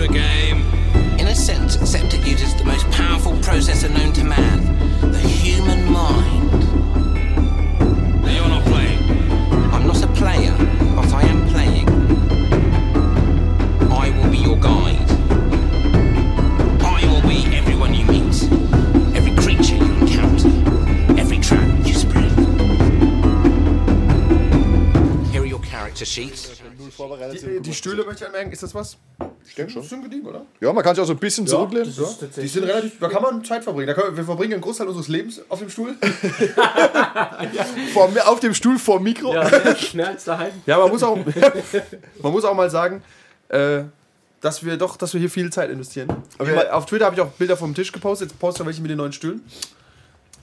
a game. In a sense, acceptitude is the most powerful processor known to man the human mind. Now you're not playing. I'm not a player, but I am playing. I will be your guide. I will be everyone you meet, every creature you encounter, every trap you spread. Here are your character sheets. Null vorbereitet Die, die Stühle möchte ich anmerken, ist das was? Ich denke schon. Schön gedient, oder? Ja, man kann sich auch so ein bisschen zurücklehnen. Ja, die sind relativ, da kann man Zeit verbringen. Da können, wir- wir verbringen einen Großteil unseres Lebens auf dem Stuhl. Vor, mir- auf dem Stuhl vor dem Mikro. Ja, schneller als daheim. Ja, man muss auch, man muss auch mal sagen, äh, dass wir doch, dass wir hier viel Zeit investieren. Okay. Mal, auf Twitter habe ich auch Bilder vom Tisch gepostet. Jetzt poste ich welche mit den neuen Stühlen.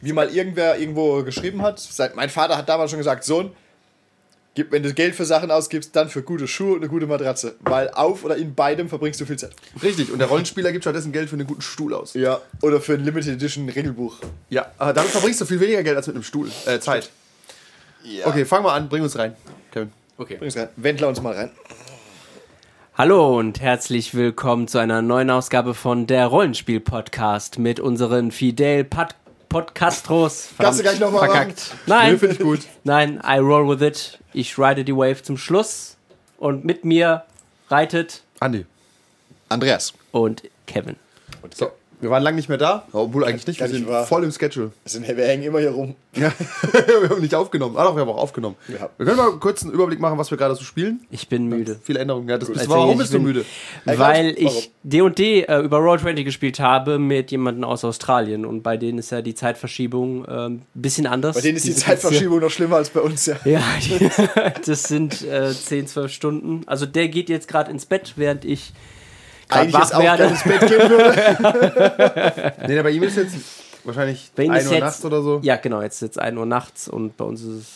Wie mal irgendwer irgendwo geschrieben hat, seit, mein Vater hat damals schon gesagt, Sohn, gib, wenn du Geld für Sachen ausgibst, dann für gute Schuhe und eine gute Matratze. Weil auf oder in beidem verbringst du viel Zeit. Richtig. Und der Rollenspieler gibt stattdessen Geld für einen guten Stuhl aus. Ja. Oder für ein Limited Edition Regelbuch. Ja, aber damit verbringst du viel weniger Geld als mit einem Stuhl. Äh, Zeit. Ja. Okay, fang mal an, bring uns rein. Kevin. Okay. Bring's rein. Wendler uns mal rein. Hallo und herzlich willkommen zu einer neuen Ausgabe von der Rollenspiel-Podcast mit unseren Fidel Pod Podcastros. Kannst du gleich nochmal verkackt. Nein. Nee, finde ich gut. Nein, I roll with it. Ich ride die Wave zum Schluss. Und mit mir reitet Andi. Andreas. und Kevin. So. Wir waren lange nicht mehr da, obwohl eigentlich nicht. Wir Gar nicht sind wahr. voll im Schedule. Also, nee, wir hängen immer hier rum. Ja. wir haben nicht aufgenommen. Ah doch, wir haben auch aufgenommen. Ja. Wir können mal kurz einen Überblick machen, was wir gerade so spielen. Ich bin müde. Viele Änderungen. Ja, das bist, Also, warum ich bist du bin- müde? Weil warum? ich D&D äh, über Roll20 gespielt habe mit jemandem aus Australien und bei denen ist ja die Zeitverschiebung äh, ein bisschen anders. Bei denen ist die sind jetzt hier- Zeitverschiebung noch schlimmer als bei uns, ja. Ja, die, das sind äh, 10, 12 Stunden. Also der geht jetzt gerade ins Bett, während ich gerade Eigentlich wach ist auch gerne werde. ins Bett gehen würde. Nee, bei ihm ist jetzt wahrscheinlich Bei 1 ihm Uhr ist jetzt- nachts oder so. Ja, genau, jetzt ist jetzt 1 Uhr nachts und bei uns ist es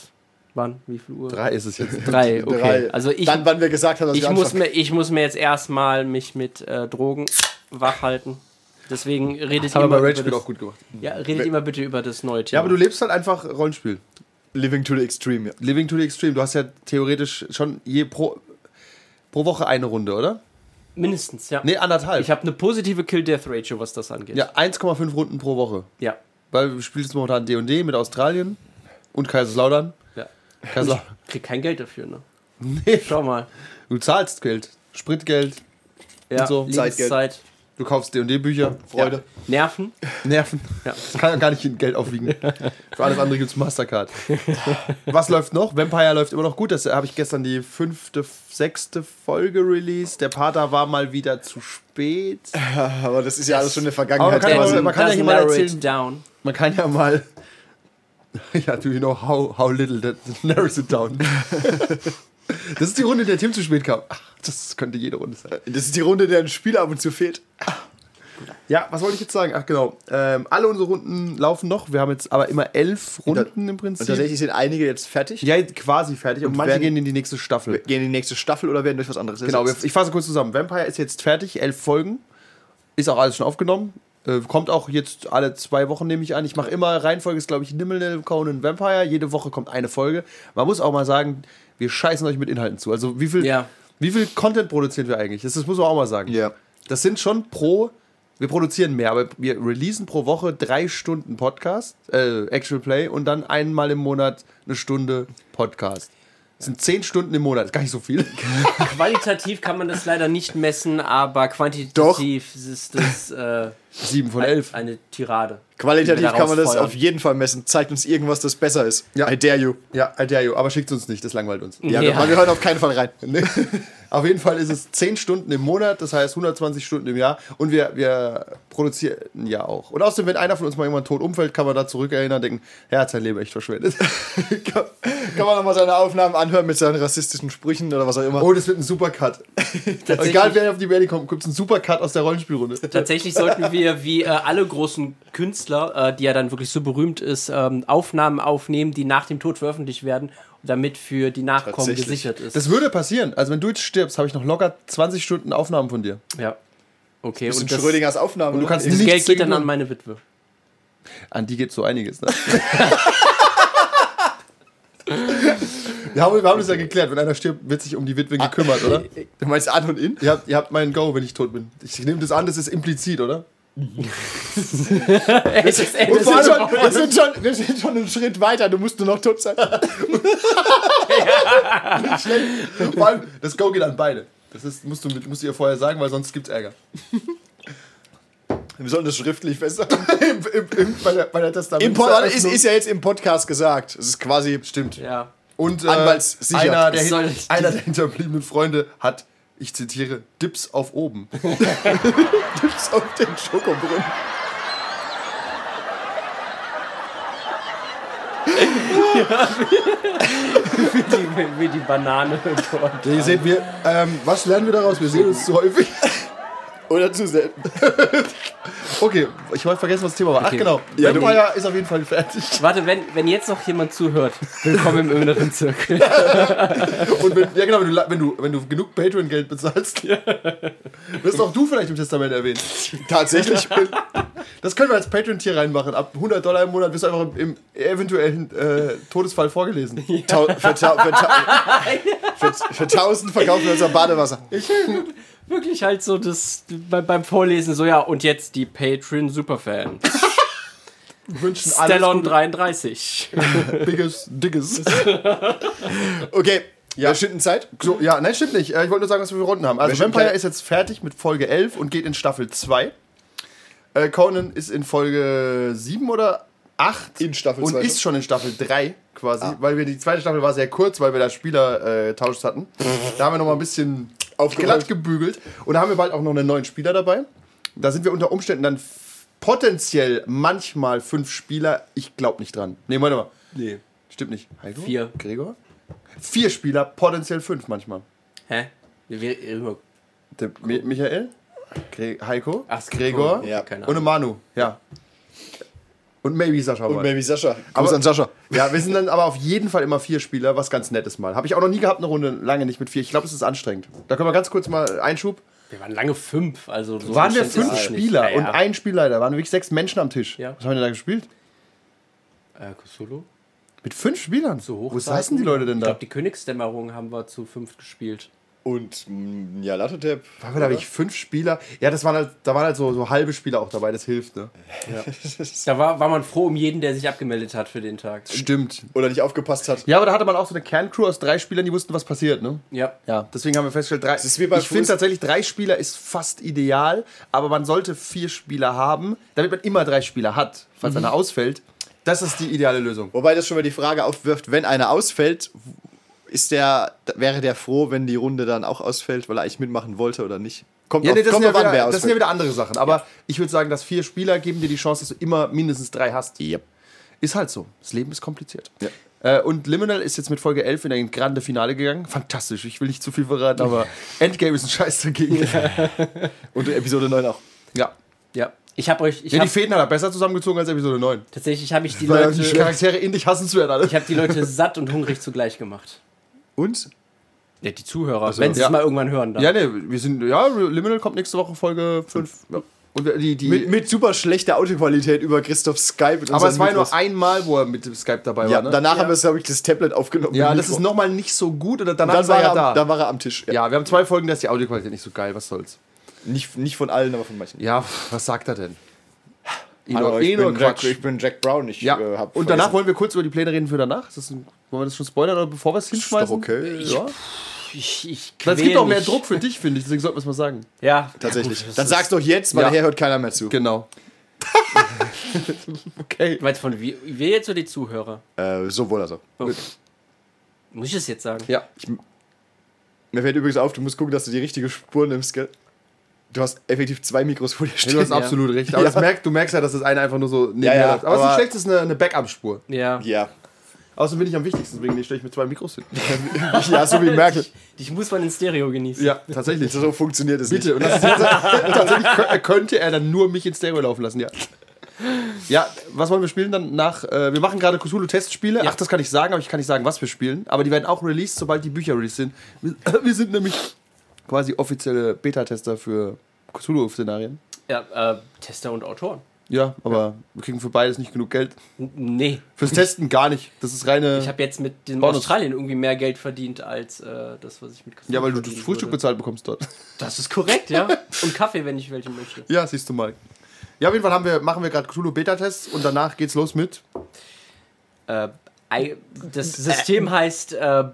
wann? Wie viel Uhr? Drei ist es jetzt. Drei, okay. Drei. Also ich, dann, wann wir gesagt haben, dass ich, wir muss anfangen. mir, ich muss mir jetzt erstmal mich mit äh, Drogen wach halten. Deswegen redet ihr Haben wir bei immer, über Ragequit das, auch gut gemacht. ja, redet immer bitte über das neue Thema. Ja, aber du lebst halt einfach Rollenspiel. Living to the Extreme, ja. Living to the Extreme. Du hast ja theoretisch schon je pro, pro Woche eine Runde, oder? Mindestens, ja. Nee, anderthalb. Ich habe eine positive Kill-Death-Ratio, was das angeht. ja, 1,5 Runden pro Woche. Ja. Weil du spielst momentan D&D mit Australien und Kaiserslautern. ja. Kaiserslautern. Krieg kein Geld dafür, ne? Nee. Schau mal. Du zahlst Geld. Spritgeld. Ja, so. Lebenszeit. Du kaufst D&D-Bücher. Freude. Nerven. Nerven. Ja. Das kann ja gar nicht in Geld aufwiegen. Für alles andere gibt's Mastercard. Was läuft noch? Vampire läuft immer noch gut. Das habe ich gestern die fünfte, sechste Folge released. Der Pater war mal wieder zu spät. Aber das ist ja alles schon eine Aber Vergangenheit. man kann ja- quasi. man kann ja Doesn't hier mal narrow it erzählen- Down. Man kann ja mal. Ja, do you know how, how little that narrows it down? Das ist die Runde, in der Tim zu spät kam. Ach, das könnte jede Runde sein. das ist die Runde, der ein Spiel ab und zu fehlt. Ja, was wollte ich jetzt sagen? Ach genau. Ähm, alle unsere Runden laufen noch. Wir haben jetzt aber immer elf Runden im Und Prinzip. tatsächlich sind einige jetzt fertig. Ja, quasi fertig. Und, Und manche werden- gehen in die nächste Staffel. Gehen in die nächste Staffel oder werden durch was anderes Genau, wir- ersetzt? ich fasse kurz zusammen. Vampire ist jetzt fertig, elf Folgen. Ist auch alles schon aufgenommen. Äh, kommt auch jetzt alle zwei Wochen, nehme ich an. Ich mache immer Reihenfolge, ist glaube ich Nimmel, Conan, Vampire. Jede Woche kommt eine Folge. Man muss auch mal sagen, wir scheißen euch mit Inhalten zu. Also wie viel, Ja. wie viel Content produzieren wir eigentlich? Das, das muss man auch mal sagen. Ja. Das sind schon pro, wir produzieren mehr, aber wir releasen pro Woche drei Stunden Podcast, äh, Actual Play und dann einmal im Monat eine Stunde Podcast. Das sind zehn Stunden im Monat, gar nicht so viel. Qualitativ kann man das leider nicht messen, aber Doch. quantitativ ist das äh, Sieben von elf. eine Tirade. die Qualitativ wir da kann man das rausfeuern. auf jeden Fall messen. Zeigt uns irgendwas, das besser ist. Ja. I dare you. Ja, I dare you, aber schickt uns nicht, das langweilt uns. Ja, Ja. aber wir hören auf keinen Fall rein. Auf jeden Fall ist es 10 Stunden im Monat, das heißt 120 Stunden im Jahr und wir, wir produzieren ja auch. Und außerdem, wenn einer von uns mal irgendwann tot umfällt, kann man da zurückerinnern und denken, er hat sein Leben echt verschwendet. kann, kann man nochmal seine Aufnahmen anhören mit seinen rassistischen Sprüchen oder was auch immer. Oh, das wird ein Supercut. Egal wer auf die Welt kommt, gibt es einen Supercut aus der Rollenspielrunde. Tatsächlich sollten wir, wie äh, alle großen Künstler, äh, die ja dann wirklich so berühmt ist, ähm, Aufnahmen aufnehmen, die nach dem Tod veröffentlicht werden, damit für die Nachkommen Tatsächlich. gesichert ist. Das würde passieren. Also wenn du jetzt stirbst, habe ich noch locker 20 Stunden Aufnahmen von dir. ja. Okay, das sind und das, das Schrödingers Aufnahmen. ne? Du kannst nichts Geld geht dann dagegen an tun. meine Witwe. An die geht so einiges. Ne? Wir haben, wir haben das ja geklärt. Wenn einer stirbt, wird sich um die Witwe gekümmert, oder? Du meinst an und in? Ihr habt, ihr habt meinen Go, wenn ich tot bin. Ich nehme das an, das ist implizit, oder? Es ist- es Wir ist- sind, schon, wir, sind schon, wir sind schon einen Schritt weiter, du musst nur noch tot sein. Vor allem, das Go geht an beide. Das ist, musst, du, mit- musst du ihr vorher sagen, weil sonst gibt's Ärger. Wir sollen das schriftlich festhalten. Im, im, im, bei der, bei der Im Testamentseröffnung. Pod ist, ist ja jetzt im Podcast gesagt. Es ist quasi. Stimmt. Ja. Und äh, Anwaltssicher. einer, der Es soll- hin, einer der hinterbliebenen Freunde hat, ich zitiere, Dips auf oben. Tipps auf den Schokobrunnen. Die, wie- wie die Banane Oh dort. Ihr seht, wir, ähm, was lernen wir daraus? Wir sehen uns zu häufig. Oder zu selten. Okay, ich habe vergessen, was das Thema war. Ach Okay. genau, Ja, du- Vampire ist auf jeden Fall fertig. Warte, wenn, wenn jetzt noch jemand zuhört, willkommen im inneren Zirkel. Und wenn, ja genau, wenn du, la- wenn du, wenn du genug Patreon-Geld bezahlst, wirst auch du vielleicht im Testament erwähnt. Tatsächlich. Das können wir als Patreon-Tier reinmachen. Ab 100 Dollar im Monat wirst du einfach im, im eventuellen äh, Todesfall vorgelesen. Tau, für, tau, für, tau, für, für 1000 verkaufen wir unser Badewasser. Wirklich halt so das bei, beim Vorlesen so, ja, und jetzt die Patreon Superfan. Wir Wünschen Stellon 33. alles Biggest, Digges. Okay, ja. wir schinden Zeit. So, ja, nein, stimmt nicht. Äh, Ich wollte nur sagen, was wir für Runden haben. Also Welche Vampire kleine- ist jetzt fertig mit Folge 11 und geht in Staffel 2. Äh, Conan ist in Folge 7 oder 8. In Staffel ne? Ah. Und 2 ist schon in Staffel 3 quasi, weil wir die zweite Staffel war sehr kurz, weil wir da Spieler äh, tauscht hatten. da haben wir nochmal ein bisschen Aufgerollt. glatt gebügelt. Und da haben wir bald auch noch einen neuen Spieler dabei. Da sind wir unter Umständen dann f- potenziell manchmal fünf Spieler. Ich glaube nicht dran. Nee, warte mal. Nee. Stimmt nicht. Heiko? Vier. Gregor? Vier Spieler, potenziell fünf manchmal. Hä? Wir- wir- Der Mi- Michael, Gre Heiko, genau. Ach, es gibt Gregor Conan. Ja. Keine Ahnung. und Manu, ja. Und maybe Sascha. Und mal. Maybe Sascha. Aber- Gruß an Sascha. Ja, wir sind dann aber auf jeden Fall immer vier Spieler, was ganz nett ist mal. Habe ich auch noch nie gehabt, eine Runde lange nicht mit vier. Ich glaube, das ist anstrengend. Da können wir ganz kurz mal Einschub. Wir waren lange fünf, also so waren wir anstrengend ist fünf es nicht. Spieler Ja, ja. und ein Spielleiter. Waren wirklich sechs Menschen am Tisch. Ja. Was haben wir denn da gespielt? Äh, Cthulhu? Mit fünf Spielern. So hoch. Wo saßen die Leute denn Ich da? glaube, die Königsdämmerung haben wir zu fünf gespielt. Und mm, ja, Latotep. Warte, da habe ich fünf Spieler. Ja, das waren halt, da waren halt so, so halbe Spieler auch dabei. Das hilft, ne? Da war, war man froh um jeden, der sich abgemeldet hat für den Tag. Stimmt. Oder nicht aufgepasst hat. Ja, aber da hatte man auch so eine Kerncrew aus drei Spielern, die wussten, was passiert, ne? Ja. Ja, deswegen haben wir festgestellt, drei, ist wie bei ich finde Fuß- tatsächlich, drei Spieler ist fast ideal, aber man sollte vier Spieler haben, damit man immer drei Spieler hat, falls einer ausfällt. Das ist die ideale Lösung. Wobei das schon mal die Frage aufwirft, wenn einer ausfällt, ist der, wäre der froh, wenn die Runde dann auch ausfällt, weil er eigentlich mitmachen wollte oder nicht? Kommt Ja, auf- nee, das, kommt sind ja drauf an, wer wieder, das sind ja ausfällt. wieder andere Sachen. Aber ich würde sagen, dass vier Spieler geben dir die Chance, dass du immer mindestens drei hast. Yep. Ist halt so. Das Leben ist kompliziert. Äh, und Liminal ist jetzt mit Folge 11 in ein grande Finale gegangen. Fantastisch. Ich will nicht zu viel verraten, aber Endgame ist ein Scheiß dagegen. Und Episode 9 auch. ja. Ja. Ich habe euch. Ich Ja, die hab, Fäden hat er besser zusammengezogen als Episode 9. tatsächlich habe ich die Weil Leute. die Charaktere in dich hassen zu werden, alle. Ich habe die Leute satt und hungrig zugleich gemacht. Und? Ja, die Zuhörer, wenn sie ja. es mal irgendwann hören dann. Ja, ne, wir sind, ja, Liminal kommt nächste Woche Folge 5. Ja. Und wir- die, die, Mit, mit super schlechter Audioqualität über Christoph Skype. und aber unseren es war ja Mikros. nur einmal, wo er mit dem Skype dabei Ja, war. Ne? danach haben wir, glaube ich, das Tablet aufgenommen. ja, Mit das ist Mikro. nochmal nicht so gut. Oder danach Dann war war, er er, da. am- dann war er am Tisch. Ja. ja, wir haben zwei Folgen, da ist die Audioqualität nicht so geil. Was soll's? Nicht, nicht von allen, aber von manchen. Ja, was sagt er denn? Eh Hallo, nur- ich, eh nur bin Jack, Quatsch. ich bin Jack Brown. Ich ja. äh, hab Und danach vergessen. wollen wir kurz über die Pläne reden für danach. Ist das ein, wollen wir das schon spoilern oder bevor wir es doch hinschmeißen? okay. Ja. Ich, ich Das quäl gibt auch mehr mich. Druck für dich, finde ich. Deswegen sollten wir es mal sagen. Ja. Tatsächlich. Dann sag's doch jetzt, weil Ja. nachher hört keiner mehr zu. Genau. okay. Du meinst von wir, wir jetzt oder die Zuhörer? Äh, sowohl also. Okay. Muss ich das jetzt sagen? Ja. Mir fällt übrigens auf, du musst gucken, dass du die richtige Spur nimmst, gell? Du hast effektiv zwei Mikros vor dir Ja, du stehen. hast absolut recht. Aber Ja. das merkt, du merkst ja, dass das eine einfach nur so nebenher Ja, ja, läuft. Aber, das aber- Schlechteste ist eine, eine Backup-Spur. Ja. Ja. Außerdem bin ich am wichtigsten, deswegen stelle ich mit zwei Mikros hin. Ja, so wie Merkel. Dich muss man in Stereo genießen. Ja, tatsächlich. So funktioniert es Bitte. nicht. Und das ist jetzt, tatsächlich kö- äh, könnte er dann nur mich ins Stereo laufen lassen, ja. Ja, was wollen wir spielen dann nach? Äh, wir machen gerade Cthulhu-Testspiele. Ach, das kann ich sagen, aber ich kann nicht sagen, was wir spielen. Aber die werden auch released, sobald die Bücher released sind. Wir, wir sind nämlich quasi offizielle Beta-Tester für Cthulhu-Szenarien. Ja, äh, Tester und Autoren. Ja, aber wir kriegen für beides nicht genug Geld. Nee. Fürs Testen gar nicht. Das ist reine. Ich habe jetzt mit dem Bonus. Australien irgendwie mehr Geld verdient als äh, das, was ich mit Kaffee ja, weil du das verdienen Frühstück würde. bezahlt bekommst dort. Das ist korrekt, ja. Und Kaffee, wenn ich welchen möchte. ja, siehst du mal. Ja, auf jeden Fall haben wir, machen wir gerade Cthulhu Beta-Tests und danach geht's los mit. Äh, ei- das System heißt äh,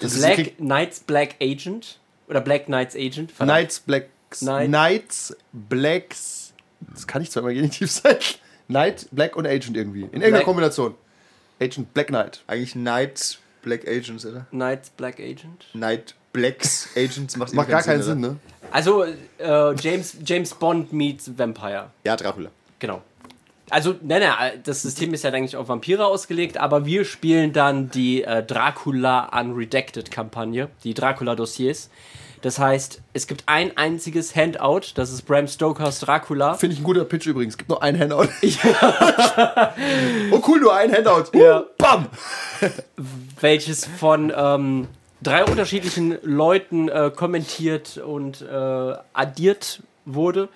ist- Black Knights Black Agent oder Black Knights Agent. Verdammt. Knights Blacks. Knight- Knights Blacks. Das kann nicht zweimal genitiv sein. Knight, Black und Agent irgendwie. In irgendeiner Black- Kombination. Agent Black Knight. Eigentlich Knights, Black Agents, oder? Knights Black Agent. Knight Blacks Agents macht, Macht irgendwie gar keinen Sinn, oder? ne? Also äh, James, James Bond meets Vampire. ne? Ja, Dracula. Genau. Also, nein, nein, das System ist ja eigentlich auf Vampire ausgelegt, aber wir spielen dann die äh, Dracula Unredacted-Kampagne, die Dracula-Dossiers. Das heißt, es gibt ein einziges Handout, das ist Bram Stokers Dracula. Finde ich ein guter Pitch übrigens. Gibt nur ein Handout. oh cool, nur ein Handout. Uh, Ja. Bam! welches von ähm, drei unterschiedlichen Leuten äh, kommentiert und äh, addiert wurde.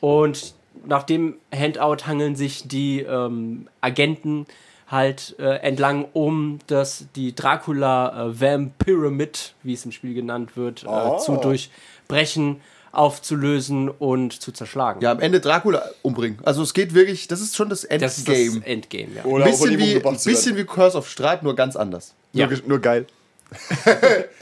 Und nach dem Handout hangeln sich die ähm, Agenten halt äh, entlang, um das, die Dracula äh, Vampiramid, wie es im Spiel genannt wird, äh, zu Oh. durchbrechen, aufzulösen und zu zerschlagen. Ja, am Ende Dracula umbringen. Also es geht wirklich, das ist schon das Endgame. das ist das Endgame, ja. ein Oder auch in bisschen, die wie, Mumie ein gebracht zu werden. bisschen wie Curse of Strahd, nur ganz anders. Ja. Nur, ge- nur geil.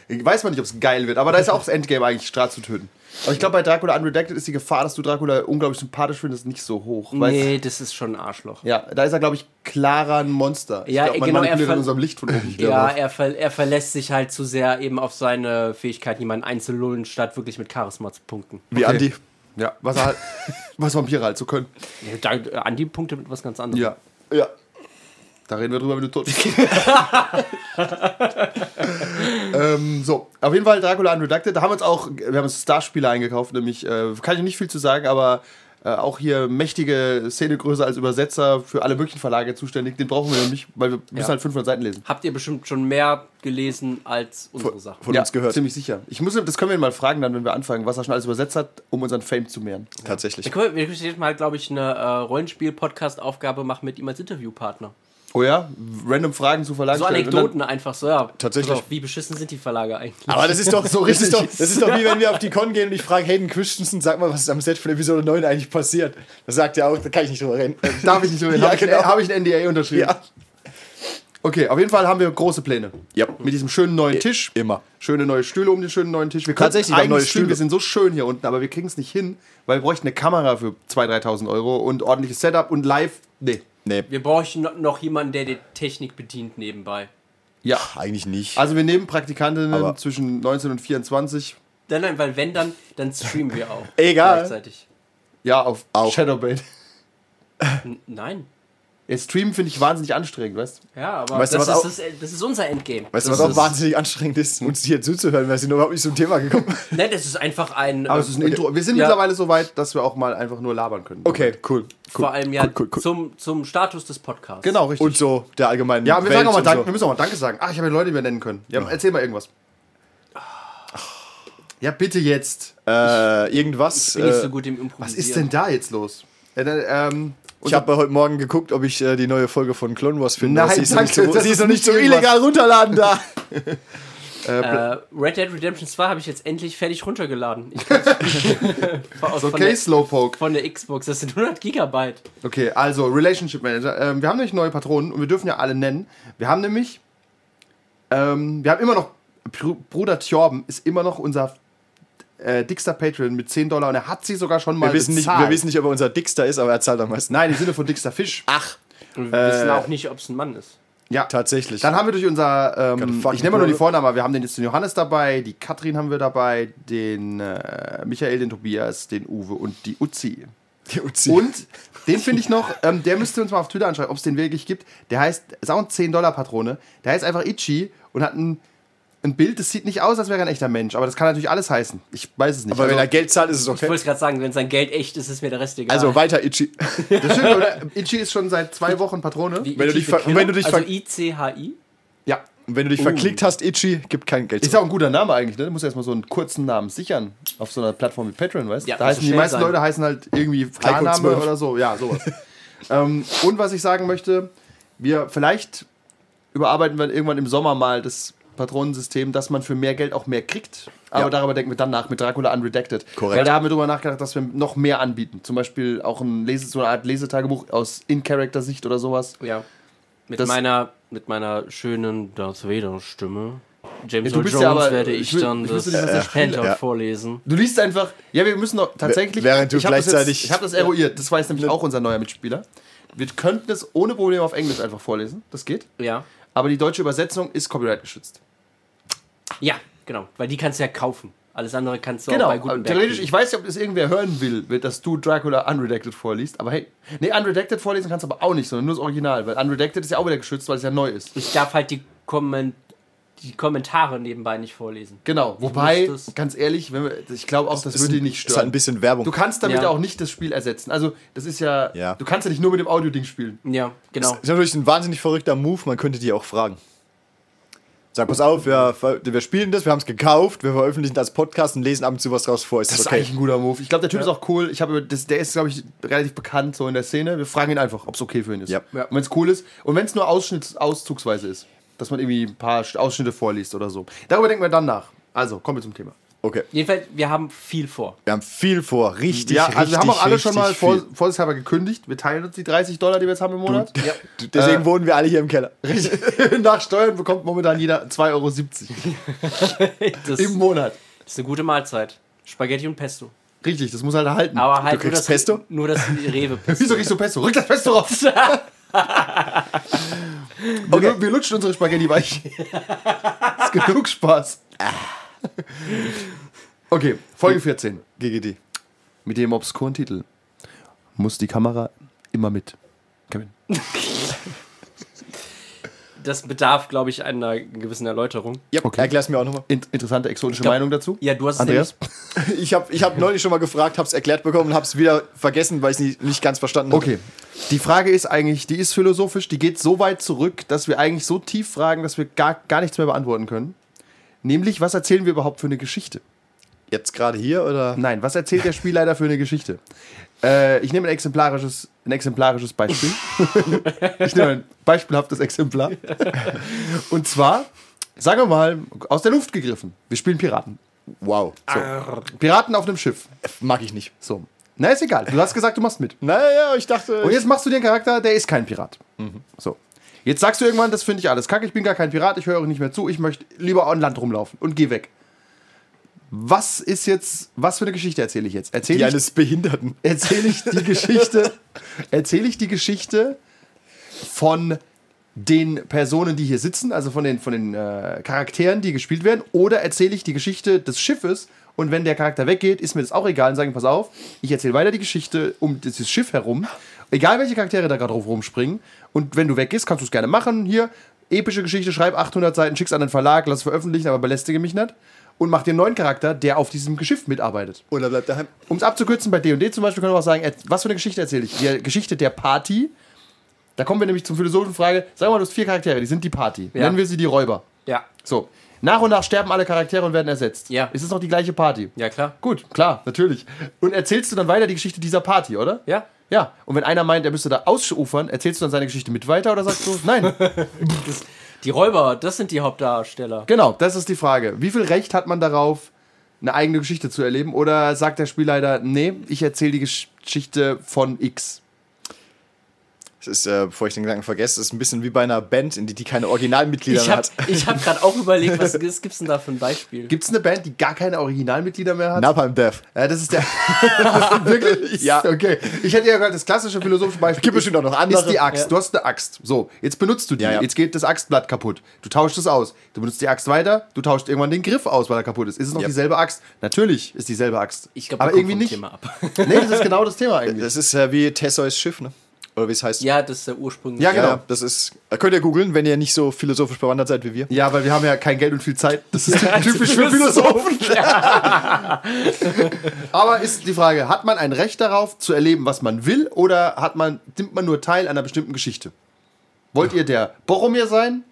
Ich weiß man nicht, ob es geil wird, aber da ist ja auch das Endgame eigentlich, Strahd zu töten. Aber ich glaube, bei Dracula Unredacted ist die Gefahr, dass du Dracula unglaublich sympathisch findest, nicht so hoch. weißt du? Nee, das ist schon ein Arschloch. Ja, da ist er, glaube ich, klarer ein Monster. Ja, ich glaub, man genau, er manipuliert ver- in unserem Licht von oben. Ja, er, ver er verlässt sich halt zu sehr eben auf seine Fähigkeit, jemanden einzulullen, statt wirklich mit Charisma zu punkten. Wie Okay. Andi. ja, was er halt, was Vampire halt so können. Ja, Da, äh, Andi punktet mit was ganz anderem. Ja, Ja. da reden wir drüber, wenn du tot bist. ähm, so, auf jeden Fall Dracula Unredacted. Da haben wir uns auch, wir haben uns Starspieler eingekauft, nämlich, äh, kann ich nicht viel zu sagen, aber äh, auch hier mächtige Szenegröße als Übersetzer für alle möglichen Verlage zuständig. Den brauchen wir nämlich, weil wir müssen halt 500 Seiten lesen. Habt ihr bestimmt schon mehr gelesen als unsere Sachen. Von uns gehört. ziemlich sicher. Ich muss, das können wir ihn mal fragen, dann, wenn wir anfangen, was er schon alles übersetzt hat, um unseren Fame zu mehren. Tatsächlich. Wir können, wir können jetzt mal, glaube ich, eine äh, Rollenspiel-Podcast-Aufgabe machen mit ihm als Interviewpartner. Oh ja, random Fragen zu Verlagen So stellen. Und Anekdoten einfach so, ja. Tatsächlich. Pass auf, Wie beschissen sind die Verlage eigentlich? Aber das ist doch so richtig. Das richtig. ist doch, das ist doch wie wenn wir auf die Con gehen und ich frage Hayden Christensen, sag mal, was ist am Set von Episode 9 eigentlich passiert. Da sagt er auch, da kann Äh, ich nicht drüber reden. Dann, darf ich nicht drüber Ja, Habe genau. ich, hab ich ein NDA unterschrieben? Ja. Okay, auf jeden Fall haben wir große Pläne. Ja. Mit diesem schönen neuen Tisch. immer. Schöne neue Stühle um den schönen neuen Tisch. Wir Tatsächlich, wir könnten haben eigentlich neue streamen, Stühle. Wir sind so schön hier unten, aber wir kriegen es nicht hin, weil wir bräuchten eine Kamera für 2.000, 3.000 Euro und ordentliches Setup und live. Nee. Nee, Wir bräuchten no- noch jemanden, der die Technik bedient nebenbei. Ja. eigentlich nicht. Also wir nehmen Praktikantinnen Aber- zwischen 19 und 24. Nein, nein, weil wenn dann, dann streamen wir auch. Egal. Gleichzeitig. Ja, auf Auch. Shadowbait. N nein. Ja, Streamen finde ich wahnsinnig anstrengend, weißt du? Ja, aber Weißt du, das, was ist, das, das ist unser Endgame. weißt du, Das was auch ist- wahnsinnig anstrengend ist, uns hier zuzuhören, weil sie noch überhaupt nicht zum Thema gekommen Nein, Ne, das ist einfach ein. Aber äh, es ist ein Intro. Wir sind Ja. mittlerweile so weit, dass wir auch mal einfach nur labern können. Okay, cool. vor allem ja cool, cool, cool. Zum, zum Status des Podcasts. Genau, richtig. Und so der allgemeinen Ja, wir, Welt sagen auch mal und Dank, wir So. müssen auch mal Danke sagen. Ach, ich habe ja Leute, die wir nennen können. Ja, Erzähl mal irgendwas. Ja, bitte jetzt. Äh, irgendwas. Bin nicht Äh, so gut im Improvisieren. Was ist denn da jetzt los? Ja, dann, ähm, ich habe heute Morgen geguckt, ob ich äh, die neue Folge von Clone Wars finde. Nein, sie ist noch danke, nicht so, das sie ist ist noch nicht nicht so irgendwas. illegal runterladen da. Äh, Red Dead Redemption 2 habe ich jetzt endlich fertig runtergeladen. Ich kann's- von, okay, der, Slowpoke. von der Xbox, das sind 100 Gigabyte. Okay, also Relationship Manager. Ähm, wir haben nämlich neue Patronen und wir dürfen ja alle nennen. Wir haben nämlich, ähm, wir haben immer noch, Br- Bruder Thorben ist immer noch unser äh, dickster Patron mit 10 Dollar und er hat sie sogar schon mal Wir wissen, nicht, bezahlt. wir wissen nicht, ob er unser Dickster ist, aber er zahlt am meisten. Ah, Nein, im Sinne von dickster Fisch. Ach. Und Äh, wir wissen auch nicht, ob es ein Mann ist. Ja, Tatsächlich. Dann haben wir durch unser, Gotta ähm, fucking ich nenne mal nur die brother. Vornamen, aber wir haben den jetzt den Johannes dabei, die Katrin haben wir dabei, den äh, Michael, den Tobias, den Uwe und die Uzi. Die Uzi. Und den finde ich noch, ähm, der müsste uns mal auf Twitter anschreiben, ob es den wirklich gibt. Der heißt, ist auch ein 10-Dollar-Patrone, der heißt einfach Itchy und hat ein, ein Bild, das sieht nicht aus, als wäre er ein echter Mensch, aber das kann natürlich alles heißen. Ich weiß es nicht. aber wenn er also, Geld zahlt, ist es Ich okay. wollte es gerade sagen, wenn sein Geld echt ist, ist mir der Rest egal. Also weiter, Itchy. das stimmt, oder? Also, Itchy ist schon seit zwei Wochen Patrone. Wie wenn du Ichi dich the ver- Killer? wenn du dich ver- also ICHI? Ja. Oh. Und wenn du dich verklickt hast, Itchy, gibt kein Geld Ist ja auch ein guter Name eigentlich, ne? Du musst erstmal so einen kurzen Namen sichern auf so einer Plattform wie Patreon, weißt du? Ja, da muss heißen die schnell meisten sein. Leute heißen halt irgendwie Klarname zwölf. oder so, ja, sowas. Ähm, und was ich sagen möchte, wir vielleicht überarbeiten wir irgendwann im Sommer mal das Patronensystem, dass man für mehr Geld auch mehr kriegt. Aber Ja. darüber denken wir dann nach mit Dracula Unredacted. Korrekt. Weil da haben wir drüber nachgedacht, dass wir noch mehr anbieten. Zum Beispiel auch ein Lese, so eine Art Lesetagebuch aus In-Character-Sicht oder sowas. Ja. Mit Das- meiner mit meiner schönen Darth Vader Stimme. James Ja, du Earl bist Jones ja aber- werde ich ich, will- dann ich das wüsste nicht, was er äh, Handout Ja. vorlesen. Du liest einfach. Ja, wir müssen noch tatsächlich. Während du ich hab das gleichzeitig- Jetzt, ich habe das eruiert. Das weiß nämlich auch unser neuer Mitspieler. Wir könnten es ohne Probleme auf Englisch einfach vorlesen. Das geht. Ja. Aber die deutsche Übersetzung ist copyright geschützt. Oh, Ja, genau, weil die kannst du ja kaufen. Alles andere kannst du auch bei Genau. Gutenberg. Theoretisch, kriegen. ich weiß nicht, ob das irgendwer hören will, wird, dass du Dracula Unredacted vorliest. Aber hey. Nee, Unredacted vorlesen kannst du aber auch nicht, sondern nur das Original. Weil Unredacted ist ja auch wieder geschützt, weil es ja neu ist. ich darf halt die, Komment die Kommentare nebenbei nicht vorlesen. Genau. Wobei, muss das- ganz ehrlich, wenn wir, ich glaube auch, das Ist würde ein- ihn nicht Ist halt ein stören. bisschen Werbung. Du kannst damit Ja. auch nicht das Spiel ersetzen. Also, das ist ja. Ja. Du kannst ja nicht nur mit dem Audio-Ding spielen. Ja, genau. ist natürlich ein wahnsinnig verrückter Move, man könnte die auch fragen. Sag, pass auf, wir, ver- wir spielen das, wir haben es gekauft, wir veröffentlichen das als Podcast und lesen ab und zu was draus vor. Ist Das das ist okay? eigentlich ein guter Move. Ich glaube, der Typ ist auch cool. Ich habe das, der ist, glaube ich, relativ bekannt so in der Szene. Wir fragen ihn einfach, ob es okay für ihn ist. Ja. Ja. Und wenn es cool ist und wenn es nur Ausschnitts, auszugsweise ist, dass man irgendwie ein paar Sch- Ausschnitte vorliest oder so. Darüber denken wir dann nach. Also, kommen wir zum Thema. Okay, Jedenfalls, wir haben viel vor. wir haben viel vor, richtig, ja, richtig, also wir haben auch alle schon mal richtig vor, viel. vorsichtshalber gekündigt. Wir teilen uns die 30 Dollar, die wir jetzt haben im Monat. Du- Deswegen Äh, wohnen wir alle hier im Keller. Nach Steuern bekommt momentan jeder 2,70 Euro Das im ist Monat. eine gute Mahlzeit. Spaghetti und Pesto. Richtig, das muss halt halten. Aber halt kriegst nur das, Pesto? Nur das Rewe-Pesto. Wieso riecht so Pesto? Rück das Pesto raus! wir, lu- wir lutschen unsere Spaghetti weich. ist genug Spaß. Okay, Folge 14. GGD. Mit dem obskuren Titel. Muss die Kamera immer mit. Kevin. Das bedarf, glaube ich, einer gewissen Erläuterung. Ja, Okay. erklär's mir auch nochmal. In interessante exotische glaub- Meinung dazu? Ja, du hast es Andreas? Ich habe ich hab neulich schon mal gefragt, hab's erklärt bekommen und hab's wieder vergessen, weil ich nicht, nicht ganz verstanden Also- habe. Okay. Die Frage ist eigentlich, die ist philosophisch, die geht so weit zurück, dass wir eigentlich so tief fragen, dass wir gar, gar nichts mehr beantworten können. Nämlich, was erzählen wir überhaupt für eine Geschichte? Jetzt gerade hier oder? Nein, was erzählt der Spielleiter für eine Geschichte? Äh, ich nehme ein exemplarisches, ein exemplarisches Beispiel. ich nehme ein beispielhaftes Exemplar. Und zwar, sagen wir mal, aus der Luft gegriffen. Wir spielen Piraten. Wow. So. Ah. Piraten auf einem Schiff. Mag ich nicht. So. Na, ist egal. Du hast gesagt, du machst mit. Naja, ich dachte. Und jetzt machst du dir einen Charakter, der ist kein Pirat. So. Jetzt sagst du irgendwann, das finde ich alles kacke, ich bin gar kein Pirat, ich höre euch nicht mehr zu, ich möchte lieber an Land rumlaufen und geh weg. Was ist jetzt, was für eine Geschichte erzähle ich jetzt? die Erzähle ich, eines Behinderten. erzähl ich die Geschichte, erzähle ich die Geschichte von den Personen, die hier sitzen, also von den, von den äh, Charakteren, die gespielt werden, oder erzähle ich die Geschichte des Schiffes und wenn der Charakter weggeht, ist mir das auch egal und sagen, pass auf, ich erzähle weiter die Geschichte um dieses Schiff herum, egal welche Charaktere da gerade drauf rumspringen und wenn du weggehst, kannst du es gerne machen, hier, epische Geschichte, schreib 800 Seiten, schick's an den Verlag, lass es veröffentlichen, aber belästige mich nicht und mach dir einen neuen Charakter, der auf diesem Geschiff mitarbeitet. Oder Oh, bleibt daheim. Um es abzukürzen, bei D&D zum Beispiel können wir auch sagen, et- was für eine Geschichte erzähle ich? Die Geschichte der Party. Da kommen wir nämlich zum Philosophenfrage. Sagen wir mal, du hast vier Charaktere, die sind die Party. Ja. Nennen wir sie die Räuber. Ja. So. Nach und nach sterben alle Charaktere und werden ersetzt. Ja. Ist es noch die gleiche Party? Ja, klar. Gut, klar, natürlich. Und erzählst du dann weiter die Geschichte dieser Party, oder? Ja. Ja. Und wenn einer meint, er müsste da ausufern, erzählst du dann seine Geschichte mit weiter oder sagst du, nein? Die Räuber, das sind die Hauptdarsteller. Genau, das ist die Frage. Wie viel Recht hat man darauf, eine eigene Geschichte zu erleben? Oder sagt der Spielleiter, nee, ich erzähle die Gesch- Geschichte von X? Es ist, äh, bevor ich den Gedanken vergesse, es ist ein bisschen wie bei einer Band, in die die keine Originalmitglieder Ich mehr habe hat. hab gerade auch überlegt, was, was gibt's denn da für ein Beispiel? Gibt es eine Band, die gar keine Originalmitglieder mehr hat? Napalm Death. Ja, das ist der. Wirklich? Ja. Okay. Ich hätte ja gerade das klassische philosophische Beispiel. Gibt bestimmt auch noch andere. Ist die Axt. Ja. Du hast eine Axt. So, jetzt benutzt du die. Ja, ja. Jetzt geht das Axtblatt kaputt. Du tauschst es aus. Du benutzt die Axt weiter. Du tauschst irgendwann den Griff aus, weil er kaputt ist. Ist es noch Ja. dieselbe Axt? Natürlich ist dieselbe Axt. Ich glaube, aber irgendwie nicht. Thema ab. Nee, das ist genau das Thema eigentlich. Das ist äh, wie Tesseus Schiff, ne? Oder wie es heißt. Ja, das ist der Ursprung. Ja, genau. Ja, das ist. Äh, könnt ihr googeln, wenn ihr nicht so philosophisch bewandert seid wie wir. Ja, weil wir haben ja kein Geld und viel Zeit. Das ist Ja, typisch für Philosophen. Aber ist die Frage, hat man ein Recht darauf zu erleben, was man will, oder hat man, nimmt man nur teil einer bestimmten Geschichte? Wollt ihr der Boromir sein?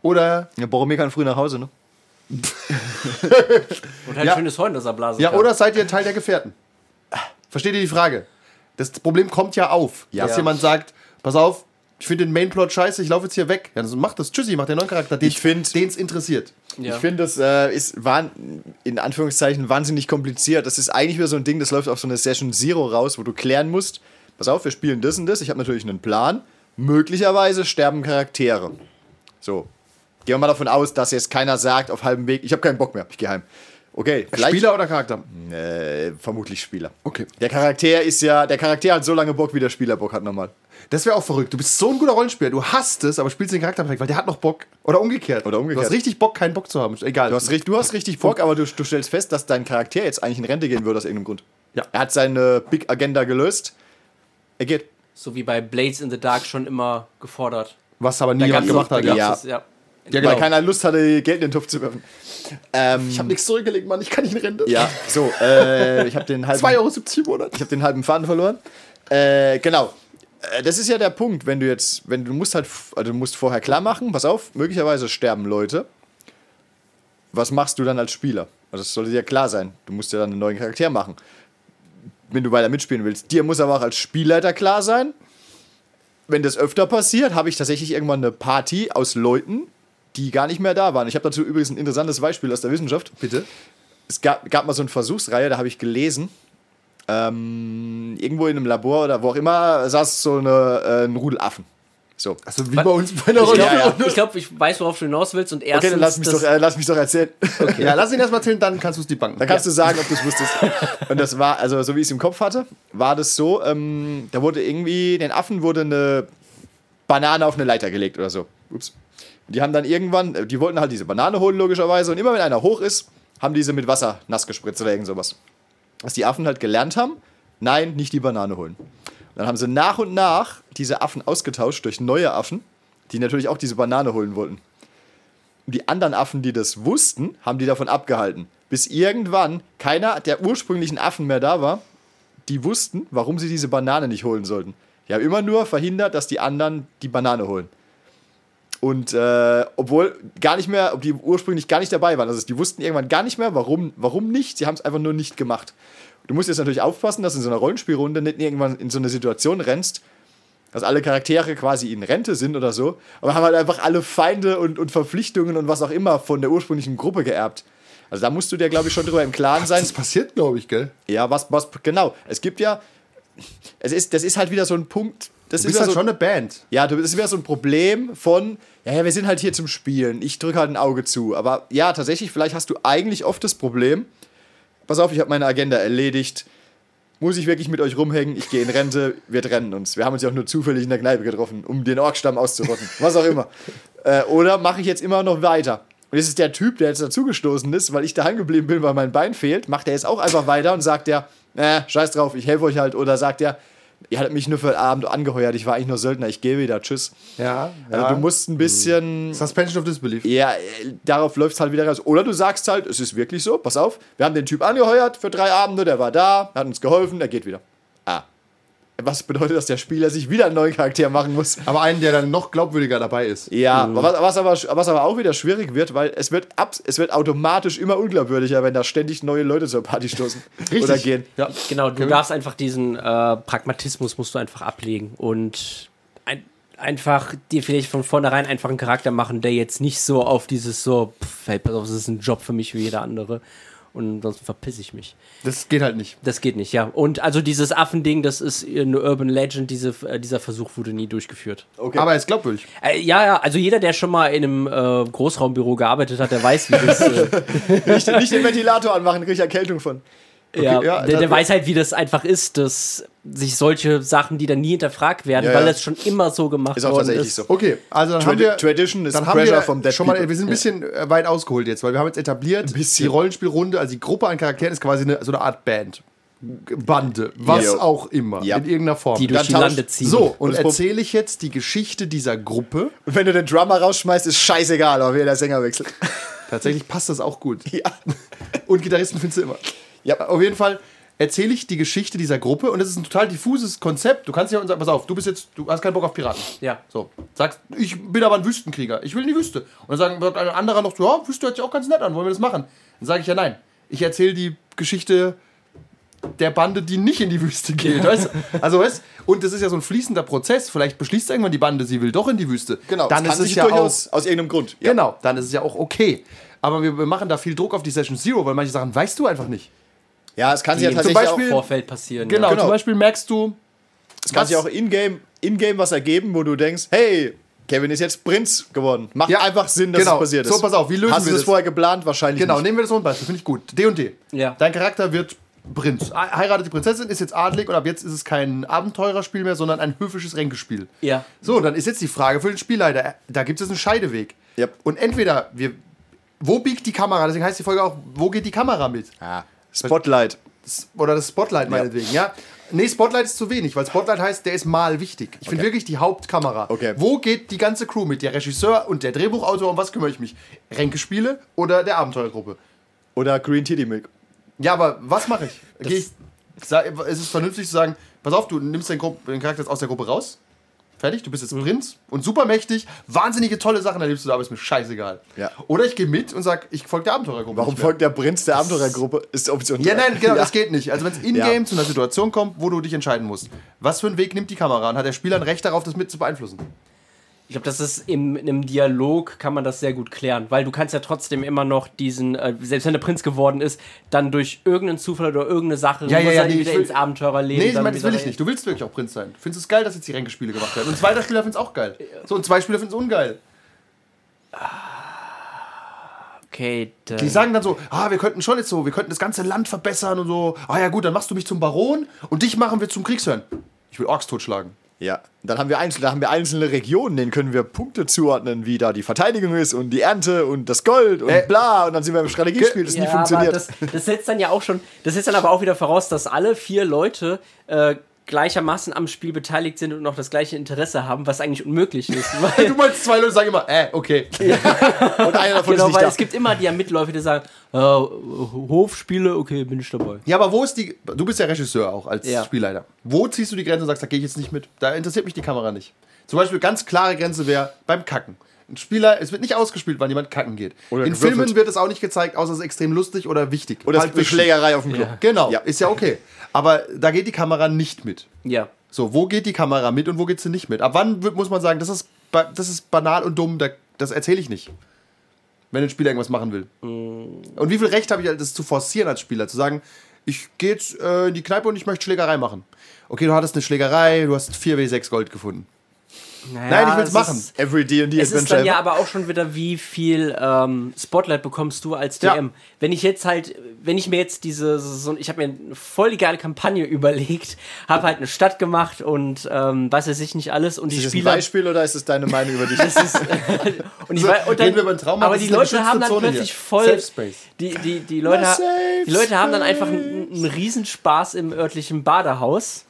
Oder Ja, Boromir kann früh nach Hause, ne? Und halt Ja. schönes Horn, das er blasen ja, kann. oder seid ihr Teil der Gefährten? Versteht ihr die Frage? Das Problem kommt ja auf, Ja. dass jemand sagt, pass auf, ich finde den Mainplot scheiße, ich laufe jetzt hier weg. Ja, dann macht das. Tschüssi, macht den neuen Charakter, den Ich find- es interessiert. Ja. Ich finde, das äh, ist wahn, in Anführungszeichen wahnsinnig kompliziert. Das ist eigentlich wieder so ein Ding, das läuft auf so eine Session Zero raus, wo du klären musst, pass auf, wir spielen das und das, ich habe natürlich einen Plan. Möglicherweise sterben Charaktere. So. Gehen wir mal davon aus, dass jetzt keiner sagt auf halbem Weg, ich habe keinen Bock mehr, ich gehe heim. Okay, vielleicht Spieler oder Charakter? Äh, vermutlich Spieler. Okay. Der Charakter ist ja, der Charakter hat so lange Bock, wie der Spieler Bock hat nochmal. Das wäre auch verrückt. Du bist so ein guter Rollenspieler, du hast es, aber spielst den Charakter perfekt, weil der hat noch Bock. Oder umgekehrt. Oder umgekehrt. Du hast richtig Bock, keinen Bock zu haben. Egal. Du hast, richt- du hast richtig Bock, aber du, du stellst fest, dass dein Charakter jetzt eigentlich in Rente gehen würde aus irgendeinem Grund. Ja. Er hat seine Big Agenda gelöst. Er geht. So wie bei Blades in the Dark schon immer gefordert. was aber niemand gab's gemacht auch- hat. ja. Das ist, ja. Ja, genau. Weil keiner Lust hatte, Geld in den Topf zu werfen. Ähm, Ich habe nichts zurückgelegt, Mann. Ich kann nicht in Rente. ja, so, äh, ich habe den halben 2,70 Euro im Monat. ich habe den halben Faden verloren. Äh, genau. Äh, Das ist ja der Punkt, wenn du jetzt, wenn du musst halt, f- also du musst vorher klar machen, pass auf, möglicherweise sterben Leute. Was machst du dann als Spieler? Also das sollte dir klar sein. Du musst ja dann einen neuen Charakter machen. Wenn du weiter mitspielen willst. Dir muss aber auch als Spielleiter klar sein, wenn das öfter passiert, habe ich tatsächlich irgendwann eine Party aus Leuten, die gar nicht mehr da waren. Ich habe dazu übrigens ein interessantes Beispiel aus der Wissenschaft. Bitte? Es gab, gab mal so eine Versuchsreihe, da habe ich gelesen, irgendwo in einem Labor oder wo auch immer saß so eine, äh, ein Rudel Affen. So. Also wie bei uns bei der Ich glaube, Ja, ja. ich, glaub, ich weiß, worauf du hinaus willst. Und erstens, Okay, dann lass mich, das- doch, äh, lass mich doch erzählen. Ja, lass ihn erstmal erzählen, dann kannst du es die Banken. Dann kannst du sagen, ob du es wusstest. Und das war, also so wie ich es im Kopf hatte, war das so, ähm, da wurde irgendwie, den Affen wurde eine Banane auf eine Leiter gelegt oder so. Ups. Und Die haben dann irgendwann, äh, die wollten halt diese Banane holen logischerweise und immer wenn einer hoch ist, haben diese mit Wasser nass gespritzt oder irgend sowas. Dass die Affen halt gelernt haben, nein, nicht die Banane holen. Und dann haben sie nach und nach diese Affen ausgetauscht durch neue Affen, die natürlich auch diese Banane holen wollten. Und die anderen Affen, die das wussten, haben die davon abgehalten. Bis irgendwann keiner der ursprünglichen Affen mehr da war, die wussten, warum sie diese Banane nicht holen sollten. Die haben immer nur verhindert, dass die anderen die Banane holen. Und äh, obwohl gar nicht mehr, ob die ursprünglich gar nicht dabei waren, also die wussten irgendwann gar nicht mehr, warum, warum nicht, sie haben es einfach nur nicht gemacht. Du musst jetzt natürlich aufpassen, dass du in so einer Rollenspielrunde nicht irgendwann in so eine Situation rennst, dass alle Charaktere quasi in Rente sind oder so, aber haben halt einfach alle Feinde und, und Verpflichtungen und was auch immer von der ursprünglichen Gruppe geerbt. Also da musst du dir, glaube ich, schon drüber im Klaren sein. Das passiert, glaube ich, gell? Ja, was, was, genau. Es gibt ja, es ist, das ist halt wieder so ein Punkt. Das Du ist bist ja halt so, schon eine Band. ja, das ist wieder so ein Problem von, ja, ja, wir sind halt hier zum Spielen. Ich drücke halt ein Auge zu. Aber ja, tatsächlich, vielleicht hast du eigentlich oft das Problem, pass auf, ich habe meine Agenda erledigt. Muss ich wirklich mit euch rumhängen? Ich gehe in Rente, wir trennen uns. Wir haben uns ja auch nur zufällig in der Kneipe getroffen, um den Orkstamm auszurotten. Was auch immer. äh, oder mache ich jetzt immer noch weiter? Und es ist der Typ, der jetzt dazugestoßen ist, weil ich daheim geblieben bin, weil mein Bein fehlt, macht er jetzt auch einfach weiter und sagt er, äh, scheiß drauf, ich helfe euch halt. Oder sagt er, ihr hattet mich nur für den Abend angeheuert, ich war eigentlich nur Söldner, ich gehe wieder, tschüss. Ja, Mhm. Also du musst ein bisschen. Suspension of Disbelief. Ja, äh, darauf läuft es halt wieder raus. Oder du sagst halt, es ist wirklich so, pass auf, wir haben den Typ angeheuert für drei Abende, der war da, hat uns geholfen, er geht wieder. Ah. Was bedeutet, dass der Spieler sich wieder einen neuen Charakter machen muss? Aber einen, der dann noch glaubwürdiger dabei ist. Ja, was, was, aber, was aber auch wieder schwierig wird, weil es wird, ab, es wird automatisch immer unglaubwürdiger, wenn da ständig neue Leute zur Party stoßen oder gehen. Ja. Genau, du darfst einfach diesen äh, Pragmatismus musst du einfach ablegen und ein, einfach dir vielleicht von vornherein einfach einen Charakter machen, der jetzt nicht so auf dieses so, pff, hey, pass auf, das ist ein Job für mich wie jeder andere und sonst verpiss ich mich. Das geht halt nicht. Das geht nicht, ja. Und also dieses Affending, das ist eine Urban Legend, diese, äh, dieser Versuch wurde nie durchgeführt. Okay. Aber er ist glaubwürdig. Äh, ja, ja, also jeder, der schon mal in einem äh, Großraumbüro gearbeitet hat, der weiß, wie das, äh, Nicht, nicht den Ventilator anmachen, kriege ich Erkältung von. ja, ja, der, das- der weiß halt, wie das einfach ist, dass sich solche Sachen, die dann nie hinterfragt werden, Ja, weil ja. das schon immer so gemacht Ist auch worden tatsächlich ist. so. Okay, also dann Tradi- haben wir, Tradition is dann haben pressure wir from dead schon mal, people. wir sind ein bisschen äh, weit ausgeholt jetzt, weil wir haben jetzt etabliert, bisschen. die Rollenspielrunde, also die Gruppe an Charakteren ist quasi eine, so eine Art Band. Bande, was Ja. auch immer, Ja. in irgendeiner Form. die durch die tausch- Lande ziehen. so, und das Pro- erzähle ich jetzt die Geschichte dieser Gruppe. Und wenn du den Drummer rausschmeißt, ist scheißegal, aber wer der Sänger wechselt. Tatsächlich passt das auch gut. Ja. Und Gitarristen findest du immer. Ja. Auf jeden Fall erzähle ich die Geschichte dieser Gruppe und das ist ein total diffuses Konzept. Du kannst ja uns sagen, pass auf, du bist jetzt, du hast keinen Bock auf Piraten. Ja. So. Sagst, ich bin aber ein Wüstenkrieger, ich will in die Wüste. Und dann sagen wird ein anderer noch, ja, Wüste hört sich auch ganz nett an, wollen wir das machen? Dann sage ich ja nein. Ich erzähle die Geschichte der Bande, die nicht in die Wüste geht. Weißt? du? Also, weißt du? Und das ist ja so ein fließender Prozess. Vielleicht beschließt irgendwann die Bande, sie will doch in die Wüste. Genau, dann das ist kann es sich ja auch, durchaus aus irgendeinem Grund. Ja. Genau, dann ist es ja auch okay. Aber wir wir machen da viel Druck auf die Session Zero, weil manche Sachen weißt du einfach nicht. Ja, es kann sich ja Die tatsächlich zum im Beispiel- Vorfeld passieren. Genau, Ja. Genau. zum Beispiel merkst du, Es kann Was- sich auch in-game in was ergeben, wo du denkst, hey, Kevin ist jetzt Prinz geworden. Macht Ja, einfach Sinn, dass genau. es passiert ist. So, pass auf, wie lösen Hast wir du das das? vorher geplant? Wahrscheinlich genau, nicht. nehmen wir das so ein Beispiel, finde ich gut. D&D. Ja. Dein Charakter wird Prinz. He- Heiratet die Prinzessin, ist jetzt adlig und ab jetzt ist es kein Abenteurerspiel mehr, sondern ein höfisches Ränkespiel. Ja. So, und dann ist jetzt die Frage für den Spielleiter. Da gibt es jetzt einen Scheideweg. Yep. Und entweder wir. Wo biegt die Kamera? Deswegen heißt die Folge auch, wo geht die Kamera mit? Ah, Spotlight. S- Oder das Spotlight meinetwegen, ja. Nee, Spotlight ist zu wenig, weil Spotlight heißt, der ist mal wichtig. Ich finde wirklich die Hauptkamera. Okay. Wo geht die ganze Crew mit? Der Regisseur und der Drehbuchautor, um was kümmere ich mich? Ränkespiele oder der Abenteuergruppe? Oder Green Titty Milk. Ja, aber was mache ich? Geh ich sag, es ist vernünftig zu sagen, pass auf, du nimmst den, Gru- den Charakter jetzt aus der Gruppe raus. Fertig, du bist Mhm. jetzt Prinz und supermächtig, wahnsinnige tolle Sachen erlebst du da, aber ist mir scheißegal. Ja. Oder ich gehe mit und sag, ich folge der Abenteurergruppe. Warum nicht mehr. folgt der Prinz der Abenteurergruppe? Ist Option Ja, drei. nein, genau, Ja. das geht nicht. Also wenn es in-game Ja. zu einer Situation kommt, wo du dich entscheiden musst, was für einen Weg nimmt die Kamera an? Hat der Spieler ein Recht darauf, das mit zu beeinflussen? Ich glaube, das ist im, in einem Dialog kann man das sehr gut klären, weil du kannst ja trotzdem immer noch diesen, äh, selbst wenn der Prinz geworden ist, dann durch irgendeinen Zufall oder irgendeine Sache Ja, ja, muss ja, er nee, wieder ich will- ins Abenteurerleben. Nee, ich dann meine, das wieder will ich rein. nicht. Du willst wirklich auch Prinz sein. Du findest es geil, dass jetzt die Ränkespiele gemacht werden. Und ein zweiter Spieler findet es auch geil. So, und zwei Spieler finden es ungeil. Okay, dann, Die sagen dann so, ah, wir könnten schon jetzt so, wir könnten das ganze Land verbessern und so. Ah ja gut, dann machst du mich zum Baron und dich machen wir zum Kriegsherrn. Ich will Orks totschlagen. Ja, dann haben wir einzelne, dann haben wir einzelne Regionen, denen können wir Punkte zuordnen, wie da die Verteidigung ist und die Ernte und das Gold und Äh. bla. Und dann sind wir im Strategiespiel, das nie funktioniert. Aber das, das setzt dann ja auch schon, das setzt dann aber auch wieder voraus, dass alle vier Leute äh, gleichermaßen am Spiel beteiligt sind und auch das gleiche Interesse haben, was eigentlich unmöglich ist. Weil, Du meinst, zwei Leute sagen immer, äh, okay. und einer davon genau, ist nicht weil da. es gibt immer die ja Mitläufer, die sagen, äh, Hofspiele, okay, bin ich dabei. Ja, aber wo ist die, du bist ja Regisseur auch als Ja. Spielleiter. Wo ziehst du die Grenze und sagst, da gehe ich jetzt nicht mit. Da interessiert mich die Kamera nicht. Zum Beispiel ganz klare Grenze wäre beim Kacken. Ein Spieler, es wird nicht ausgespielt, wann jemand kacken geht. Oder In gewürfelt. Filmen wird es auch nicht gezeigt, außer es ist extrem lustig oder wichtig. Oder halt es gibt eine wichtig. Schlägerei auf dem Klo. Genau, Ja. ist ja okay. Aber da geht die Kamera nicht mit. Ja. So, wo geht die Kamera mit und wo geht sie nicht mit? Ab wann wird, muss man sagen, das ist, ba- das ist banal und dumm, da, das erzähle ich nicht. Wenn ein Spieler irgendwas machen will. Und wie viel Recht habe ich, das zu forcieren als Spieler? Zu sagen, ich gehe jetzt äh, in die Kneipe und ich möchte Schlägerei machen. Okay, du hattest eine Schlägerei, du hast 4W6 Gold gefunden. Naja, Nein, ich will es es machen. ist- Every D&D Es ist dann Adventure. ja aber auch schon wieder, wie viel ähm, Spotlight bekommst du als Ja. DM. Wenn ich jetzt halt, wenn ich mir jetzt diese, so, ich habe mir eine voll die geile Kampagne überlegt, habe halt eine Stadt gemacht und ähm, weiß weiß ich nicht alles und die ist das ein Spieler Beispiel oder ist es deine Meinung über dich? und ich war, und Also, dann, reden wir über den Trauma, aber das die ist eine Leute geschützte haben dann Zone plötzlich hier. voll Safe Space. die die die Leute ha- safe die Leute haben dann einfach einen, einen Riesenspaß im örtlichen Badehaus.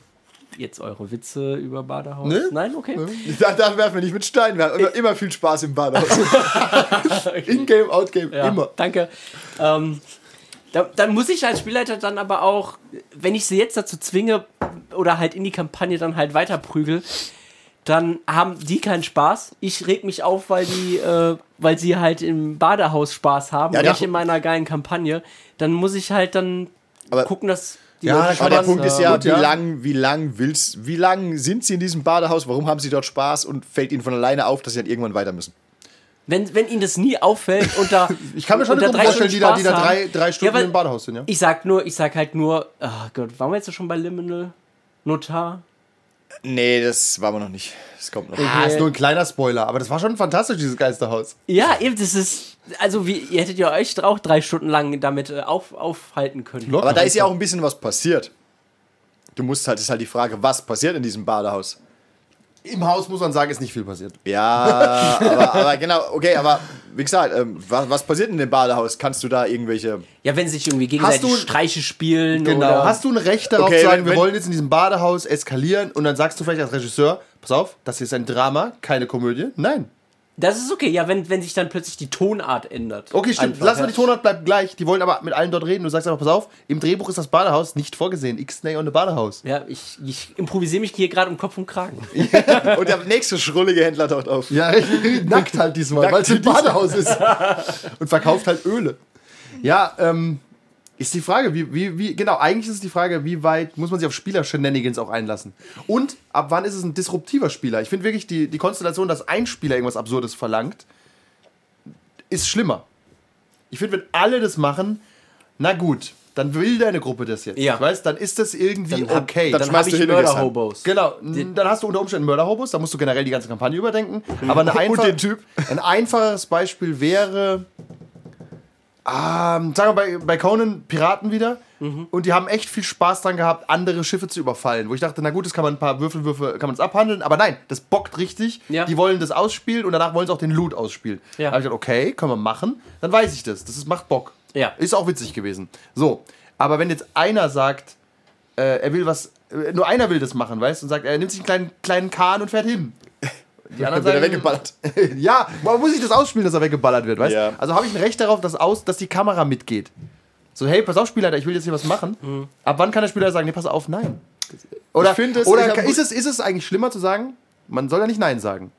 Jetzt eure Witze über Badehaus? Nee. Nein, okay. Ne? da, da werfen wir nicht mit Steinen. Wir haben immer, immer viel Spaß im Badehaus. In-game, out-game, Ja, immer. Danke. Ähm, da, dann muss ich als Spielleiter dann aber auch, wenn ich sie jetzt dazu zwinge oder halt in die Kampagne dann halt weiterprügel, dann haben die keinen Spaß. Ich reg mich auf, weil die, äh, weil sie halt im Badehaus Spaß haben Ja, und der- ich in meiner geilen Kampagne. Dann muss ich halt dann Aber- gucken, dass die Ja, Leute da kann Aber der man- äh, Spaß Punkt ist haben. ja, gut, wie ja. lang, wie lang willst, wie lang sind sie in diesem Badehaus? Warum haben sie dort Spaß? Und fällt ihnen von alleine auf, dass sie dann irgendwann weiter müssen? Wenn, wenn ihnen das nie auffällt und da. Ich kann mir schon und da eine Gruppe vorstellen, die da, die da Spaß drei, haben. drei Stunden weil- im Badehaus sind, ja? Ich sag nur, ich sag halt nur, ach Gott, waren wir jetzt schon bei Liminal? Notar? Nee, das waren wir noch nicht. Das kommt noch. Ah, ist nur ein kleiner Spoiler, aber das war schon fantastisch, dieses Geisterhaus. Ja, eben, das ist. Also, wie, ihr hättet ja euch auch drei Stunden lang damit äh, auf, aufhalten können. Locker. Aber da ist ja auch ein bisschen was passiert. Du musst halt, ist halt die Frage, was passiert in diesem Badehaus? Im Haus muss man sagen, ist nicht viel passiert. Ja, aber, aber genau, okay, aber wie gesagt, ähm, was, was passiert in dem Badehaus? Kannst du da irgendwelche. Ja, wenn sie sich irgendwie gegenseitig Hast du- Streiche spielen Genau. oder. Hast du ein Recht darauf Okay, zu sagen, wenn- wir wenn- wollen jetzt in diesem Badehaus eskalieren und dann sagst du vielleicht als Regisseur, pass auf, das hier ist ein Drama, keine Komödie? Nein. das ist okay, ja, wenn, wenn sich dann plötzlich die Tonart ändert. Okay, stimmt. Einfach, Lass mal ja. die Tonart bleibt gleich. Die wollen aber mit allen dort reden. Du sagst einfach, pass auf, im Drehbuch ist das Badehaus nicht vorgesehen. X-Nay on the Badehaus. Ja, ich, ich improvisiere mich hier gerade um Kopf und Kragen. Und der nächste schrullige Händler taucht auf. Ja, richtig. nackt halt diesmal, weil es ein Badehaus ist. Und verkauft halt Öle. Ja, ähm, Ist die Frage, wie, wie, wie, genau, eigentlich ist es die Frage, wie weit muss man sich auf Spieler-Shenanigans auch einlassen? Und ab wann ist es ein disruptiver Spieler? Ich finde wirklich, die, die Konstellation, dass ein Spieler irgendwas Absurdes verlangt, ist schlimmer. Ich finde, wenn alle das machen, na gut, dann will deine Gruppe das jetzt. Ja. Ich weiß, dann ist das irgendwie Dann hab- okay. dann Dann schmeißt habe du ich Hillbillies an. Mörder-Hobos. Genau, n- dann hast du unter Umständen Mörderhobos, da musst du generell die ganze Kampagne überdenken. Aber eine einfach, den Typ. ein einfaches Beispiel wäre, ähm, sagen wir bei, bei Conan Piraten wieder. Mhm. Und die haben echt viel Spaß dran gehabt, andere Schiffe zu überfallen. Wo ich dachte, na gut, das kann man ein paar Würfelwürfe, kann man es abhandeln. Aber nein, das bockt richtig. Ja. Die wollen das ausspielen und danach wollen sie auch den Loot ausspielen. Ja. Da habe ich gedacht, okay, können wir machen. Dann weiß ich das. Das ist, macht Bock. Ja. Ist auch witzig gewesen. So, aber wenn jetzt einer sagt, äh, er will was, äh, nur einer will das machen, weißt du, und sagt, er nimmt sich einen kleinen, kleinen Kahn und fährt hin. Die Dann anderen wird er sagen, weggeballert. ja, warum muss ich das ausspielen, dass er weggeballert wird, weißt du? Ja. Also habe ich ein Recht darauf, dass, aus, dass die Kamera mitgeht. So, hey, pass auf, Spielleiter, ich will jetzt hier was machen. Ab wann kann der Spielleiter sagen, nee, pass auf, nein? Oder, Mhm. Ich find es- ich oder hab- ist, es, ist es eigentlich schlimmer zu sagen, man soll ja nicht nein sagen?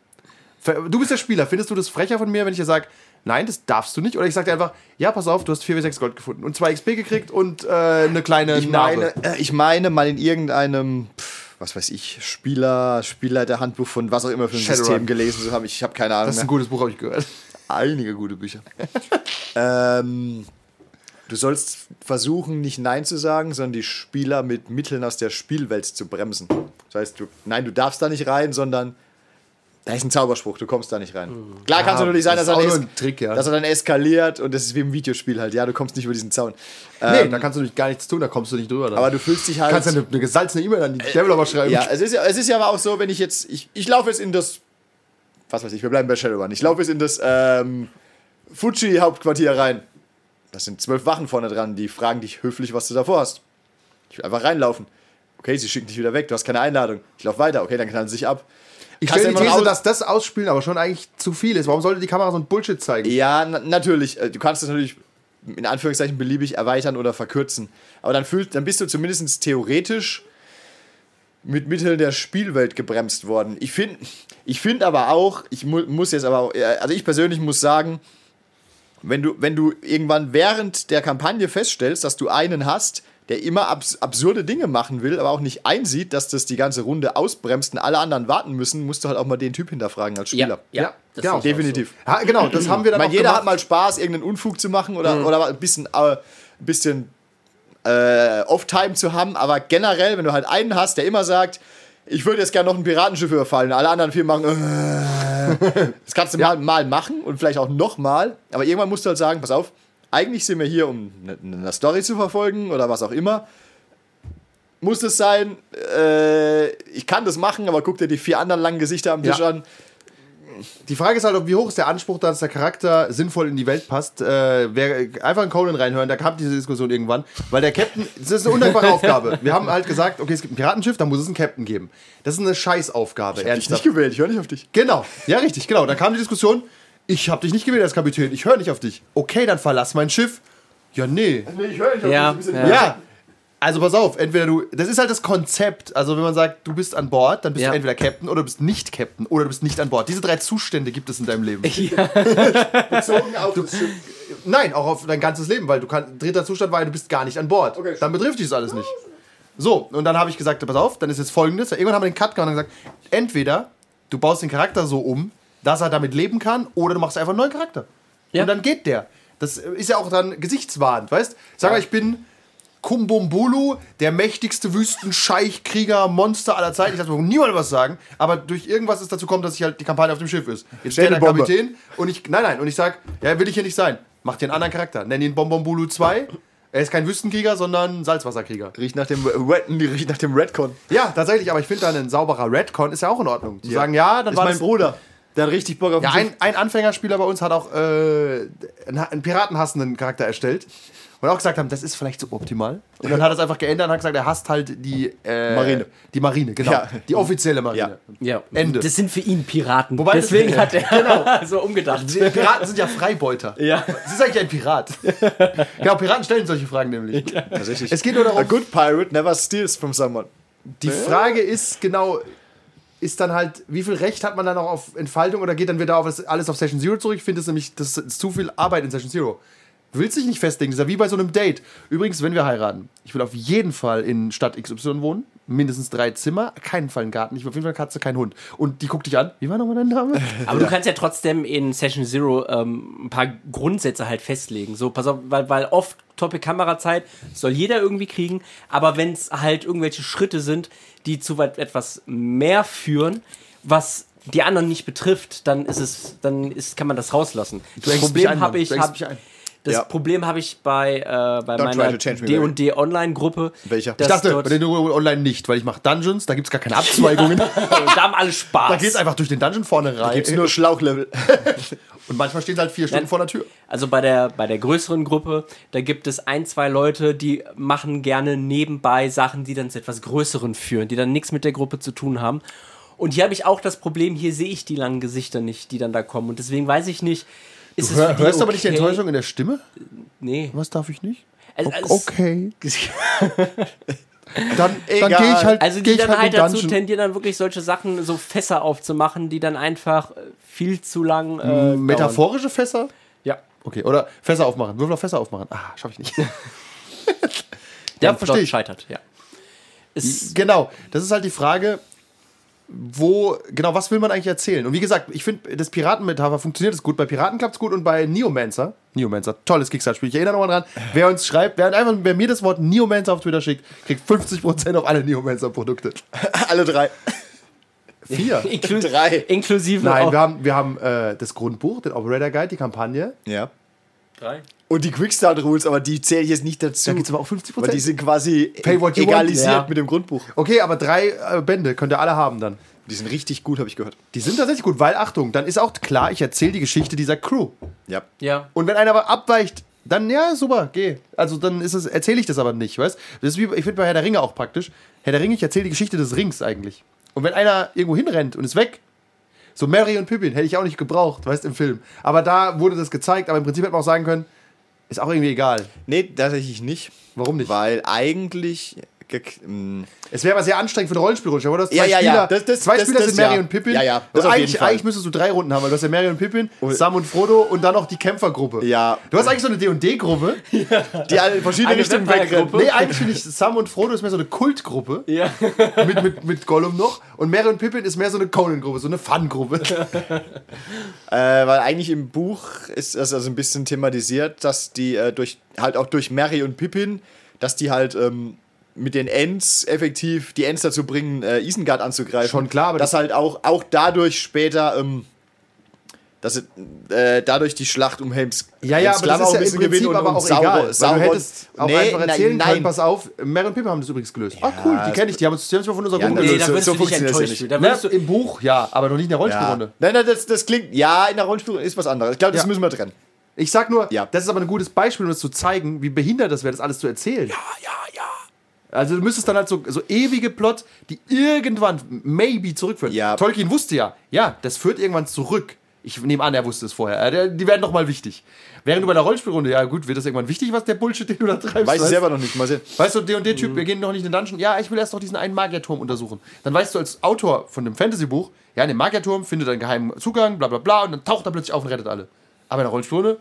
Ver- Du bist der Spieler, findest du das frecher von mir, wenn ich dir sage, nein, das darfst du nicht? Oder ich sage dir einfach, ja, pass auf, du hast 4 6 Gold gefunden und 2 XP gekriegt und äh, eine kleine Ich Narbe. meine, äh, ich meine mal in irgendeinem, pff, was weiß ich, Spieler, Spielleiterhandbuch von was auch immer für ein Shadowrun. System gelesen zu haben. Ich habe keine Ahnung. das ist ein mehr. gutes Buch, habe ich gehört. einige gute Bücher. ähm, du sollst versuchen, nicht Nein zu sagen, sondern die Spieler mit Mitteln aus der Spielwelt zu bremsen. Das heißt, du, nein, du darfst da nicht rein, sondern da ist ein Zauberspruch, du kommst da nicht rein. Klar kann es Hm. Ja, natürlich sein, das dass ist er, dann auch nur ein es- Trick, ja. dass er dann eskaliert und das ist wie im Videospiel halt. Ja, du kommst nicht über diesen Zaun. Nee, da kannst du nämlich gar nichts tun, da kommst du nicht drüber. Dann. Ähm, Aber du fühlst dich halt. kannst ja eine, eine gesalzene E-Mail an die Developer schreiben. Ja, es ist ja, es ist ja aber auch so, wenn ich jetzt, ich, ich laufe jetzt in das, was weiß ich, wir bleiben bei Shadowrun. Ich laufe jetzt in das ähm, Fuji-Hauptquartier rein. Das sind zwölf Wachen vorne dran, die fragen dich höflich, was du davor hast. Ich will einfach reinlaufen. Okay, sie schicken dich wieder weg, du hast keine Einladung. Ich laufe weiter, okay, dann knallen sie sich ab. Ich Kannst stelle die ja immer noch These, aus- dass das Ausspielen aber schon eigentlich zu viel ist. Warum sollte die Kamera so ein Bullshit zeigen? Ja, na, natürlich. Äh, Du kannst das natürlich in Anführungszeichen beliebig erweitern oder verkürzen. Aber dann, fühlt, dann bist du zumindest theoretisch mit Mitteln der Spielwelt gebremst worden. Ich finde ich find aber auch, ich mu muss jetzt aber auch, äh, also ich persönlich muss sagen, wenn du, wenn du irgendwann während der Kampagne feststellst, dass du einen hast, der immer abs absurde Dinge machen will, aber auch nicht einsieht, dass das die ganze Runde ausbremst und alle anderen warten müssen, musst du halt auch mal den Typ hinterfragen als Spieler. Ja, genau. das sehe ich auch so. Definitiv. Ha, genau, das haben wir dann Weil auch Hm. jeder gemacht. Hm. hat mal Spaß, irgendeinen Unfug zu machen oder, oder ein bisschen, äh, ein bisschen äh, Off-Time zu haben. Aber generell, wenn du halt einen hast, der immer sagt, ich würde jetzt gerne noch ein Piratenschiff überfallen, alle anderen vier machen, äh, das kannst du mal, mal machen und vielleicht auch nochmal. Aber irgendwann musst du halt sagen, pass auf, eigentlich sind wir hier, um eine, eine Story zu verfolgen oder was auch immer. Muss es sein, äh, ich kann das machen, aber guck dir die vier anderen langen Gesichter am Tisch Ja. an. Die Frage ist halt, ob wie hoch ist der Anspruch, dass der Charakter sinnvoll in die Welt passt. Äh, wer, einfach in Conan reinhören, da kam diese Diskussion irgendwann. Weil der Captain, das ist eine undankbare Aufgabe. Wir haben halt gesagt, okay, es gibt ein Piratenschiff, da muss es einen Captain geben. Das ist eine Scheißaufgabe, Ich nicht gewählt, ich höre nicht auf dich. Genau, ja, richtig, genau. Dann kam die Diskussion, ich habe dich nicht gewählt als Kapitän, ich höre nicht auf dich. Okay, dann verlass mein Schiff. Ja, nee. ich höre nicht auf Ja, dich, du bist ja- Ja. Also pass auf, entweder du, das ist halt das Konzept. Also wenn man sagt, du bist an Bord, dann bist Ja. du entweder Captain oder du bist nicht Captain oder du bist nicht an Bord. Diese drei Zustände gibt es in deinem Leben. bezogen auf das Schiff. Nein, auch auf dein ganzes Leben, weil du kannst, dritter Zustand war ja, du bist gar nicht an Bord. Okay. Dann betrifft dich das alles nicht. So, und dann habe ich gesagt, pass auf, dann ist jetzt folgendes. weil Irgendwann haben wir den Cut gemacht und gesagt, entweder du baust den Charakter so um, dass er damit leben kann, oder du machst einfach einen neuen Charakter. Ja. Und dann geht der. Das ist ja auch dann gesichtswahrend, weißt? Sag mal, ich bin Kumbumbulu, der mächtigste Wüstenscheich, Krieger, Monster aller Zeiten. Ich lasse mir niemand was sagen, aber durch irgendwas ist dazu gekommen, dass ich halt die Kampagne auf dem Schiff ist. Jetzt Stell der die Bombe. Kapitän und ich, nein, nein, und ich sag, ja, will ich hier nicht sein. Mach dir einen anderen Charakter. Nenn ihn Bombombulu 2. Er ist kein Wüstenkrieger, sondern Salzwasserkrieger. Riecht nach dem äh, Red, nee, riecht nach dem Redcon. Ja, tatsächlich, aber ich finde dann ein sauberer Redcon ist ja auch in Ordnung. Zu sagen, ja, dann Das war ist mein das- Bruder. Der hat richtig Bock auf Ja, den ein, ein Anfängerspieler bei uns hat auch äh, einen, einen piratenhassenden Charakter erstellt. Und auch gesagt haben, das ist vielleicht suboptimal. Und dann hat er es einfach geändert und hat gesagt, er hasst halt die äh, Marine. Die Marine, genau. Ja. Die offizielle Marine. Ja. Ende. Das sind für ihn Piraten. Wobei das- Deswegen hat er so umgedacht. Die Piraten sind ja Freibeuter. Ja. Es ist eigentlich ein Pirat. genau, Piraten stellen solche Fragen nämlich. Tatsächlich. Es geht nur darum, A good pirate never steals from someone. Die Frage ist genau, ist dann halt, wie viel Recht hat man dann auch auf Entfaltung oder geht dann wieder auf das, alles auf Session Zero zurück? Ich finde es nämlich, das ist zu viel Arbeit in Session Zero. Du willst dich nicht festlegen, das ist ja wie bei so einem Date. Übrigens, wenn wir heiraten, ich will auf jeden Fall in Stadt XY wohnen, mindestens drei Zimmer, keinen Fall einen Garten, ich will auf jeden Fall eine Katze, keinen Hund. Und die guckt dich an, wie war nochmal dein Name? Aber du kannst ja trotzdem in Session Zero ähm, ein paar Grundsätze halt festlegen. So, pass auf, weil, weil oft Topic-Kamerazeit soll jeder irgendwie kriegen. Aber wenn es halt irgendwelche Schritte sind, die zu weit etwas mehr führen, was die anderen nicht betrifft, dann ist es, dann ist, kann man das rauslassen. Das engst mich Problem ein, habe Mann, ich, du engst hab, mich ein. das Ja. Problem habe ich bei, äh, bei Don't try meiner to change me, baby. D&D Online-Gruppe. Welcher? dass Ich dachte, dort- bei den Null Online nicht, weil ich mache Dungeons, da gibt es gar keine Abzweigungen. da haben alle Spaß. Da geht's einfach durch den Dungeon vorne rein. Gibt's nur Schlauchlevel. Und manchmal stehen sie halt vier Stunden Nein. vor der Tür. Also bei der, bei der größeren Gruppe, da gibt es ein, zwei Leute, die machen gerne nebenbei Sachen, die dann zu etwas Größeren führen, die dann nichts mit der Gruppe zu tun haben. Und hier habe ich auch das Problem, hier sehe ich die langen Gesichter nicht, die dann da kommen. Und deswegen weiß ich nicht, ist es für die hörst du aber nicht die okay? Enttäuschung in der Stimme? Nee. Was darf ich nicht? Also, also, Okay. Dann, dann Egal. gehe ich halt, also geh die ich dann halt, halt in den dazu Dungeon. tendieren, dann wirklich solche Sachen, so Fässer aufzumachen, die dann einfach äh, viel zu lang. Äh, Hm. dauern. Metaphorische Fässer? Ja. Okay, oder Fässer aufmachen. Würfel auf Fässer aufmachen. Ah, schaffe ich nicht. Der ja, Plot verstehe ich. scheitert, ja. Es, Genau, das ist halt die Frage, wo, genau, was will man eigentlich erzählen? Und wie gesagt, ich finde, das Piratenmetapher funktioniert es gut. Bei Piraten klappt es gut und bei Neomancer, Neomancer, tolles Kickstarter-Spiel, ich erinnere nochmal dran, wer uns schreibt, wer einfach, wer mir das Wort Neomancer auf Twitter schickt, kriegt 50% auf alle Neomancer-Produkte. Alle drei. Vier. inklu Drei. Inklusive Hm. Nein, auch- wir haben, wir haben äh, das Grundbuch, den Operator Guide, die Kampagne. Ja. Und die Quickstart-Rules, aber die zähle ich jetzt nicht dazu. Da gibt's aber auch 50%. Weil die sind quasi Pay what you want. egalisiert Ja. mit dem Grundbuch. Okay, aber drei äh, Bände könnt ihr alle haben dann. Die sind richtig gut, habe ich gehört. Die sind tatsächlich gut, weil Achtung, dann ist auch klar, ich erzähle die Geschichte dieser Crew. Ja. Ja. Und wenn einer aber abweicht, dann ja, super, geh. Also dann ist es, erzähle ich das aber nicht, weißt Das ist wie, ich finde bei Herr der Ringe auch praktisch. Herr der Ringe, ich erzähle die Geschichte des Rings eigentlich. Und wenn einer irgendwo hinrennt und ist weg, so Mary und Pippin hätte ich auch nicht gebraucht, weißt im Film. Aber da wurde das gezeigt, aber im Prinzip hätte man auch sagen können, ist auch irgendwie egal. Nee, tatsächlich nicht. Warum nicht? Weil eigentlich. gek- mm, Es wäre aber sehr anstrengend für eine Rollenspielrunde. Stell dir vor, du hast Ja, Zwei ja, ja. Spieler, Das- das- zwei das- Spieler das sind Mary ja. und Pippin. Ja, ja. Das und auf eigentlich, jeden Fall. eigentlich müsstest du drei Runden haben, weil du hast ja Mary und Pippin, Oh. Sam und Frodo und dann noch die Kämpfergruppe. Ja. Du hast eigentlich so eine D&D-Gruppe. Die alle in verschiedene Eine Richtungen Vampire-Gruppe. wegrennen. nee, eigentlich finde ich, Sam und Frodo ist mehr so eine Kultgruppe. Ja. Mit, mit, mit Gollum noch. Und Mary und Pippin ist mehr so eine Conan-Gruppe, so eine Fun-Gruppe. Äh, weil eigentlich im Buch ist das also ein bisschen thematisiert, dass die äh, durch halt auch durch Mary und Pippin, dass die halt ähm, mit den Ents effektiv die Ents dazu bringen, äh, Isengard anzugreifen. Schon klar, aber aber dass das- halt auch, auch dadurch später, ähm, dass äh, dadurch die Schlacht um Helms Ja, ja, Helms aber das Klamm ist auch ja im Prinzip und aber um auch Sauron- egal. Weil Sauron- du hättest auch Nee, einfach nein, erzählen nein. können, pass auf, Mary und Pippin haben das übrigens gelöst. Ach cool, die kenne ich, die haben uns die haben wir von unserer Ja, Gruppe also Nee, gelöst. da so- würdest so du dich funktioniert das ja enttäuscht. nicht. fühlen. Da Na, würdest du, Im Buch, ja, aber noch nicht in der Ja. Rollenspielrunde. Nein, nein, das, das klingt. Ja, in der Rollenspielrunde ist was anderes. Ich glaube, das Ja. müssen wir trennen. Ich sag nur, Ja. das ist aber ein gutes Beispiel, um das zu zeigen, wie behindert das wäre, das alles zu erzählen. Ja, ja, ja. Also du müsstest dann halt so, so ewige Plot, die irgendwann maybe zurückführen. Ja. Tolkien wusste ja, ja, das führt irgendwann zurück. Ich nehme an, er wusste es vorher. Äh, der- Die werden nochmal wichtig. Während du bei der Rollenspielrunde, ja gut, wird das irgendwann wichtig, was der Bullshit, den du da treibst. Weiß ich weißt? selber noch nicht. Mal sehen. Weißt du, der und der Mhm. Typ, wir gehen noch nicht in den Dungeon. Ja, ich will erst noch diesen einen Magierturm untersuchen. Dann weißt du als Autor von dem Fantasy-Buch, ja, in dem Magierturm findet er einen geheimen Zugang, bla bla bla, und dann taucht er plötzlich auf und rettet alle. Aber in der Rollstuhle,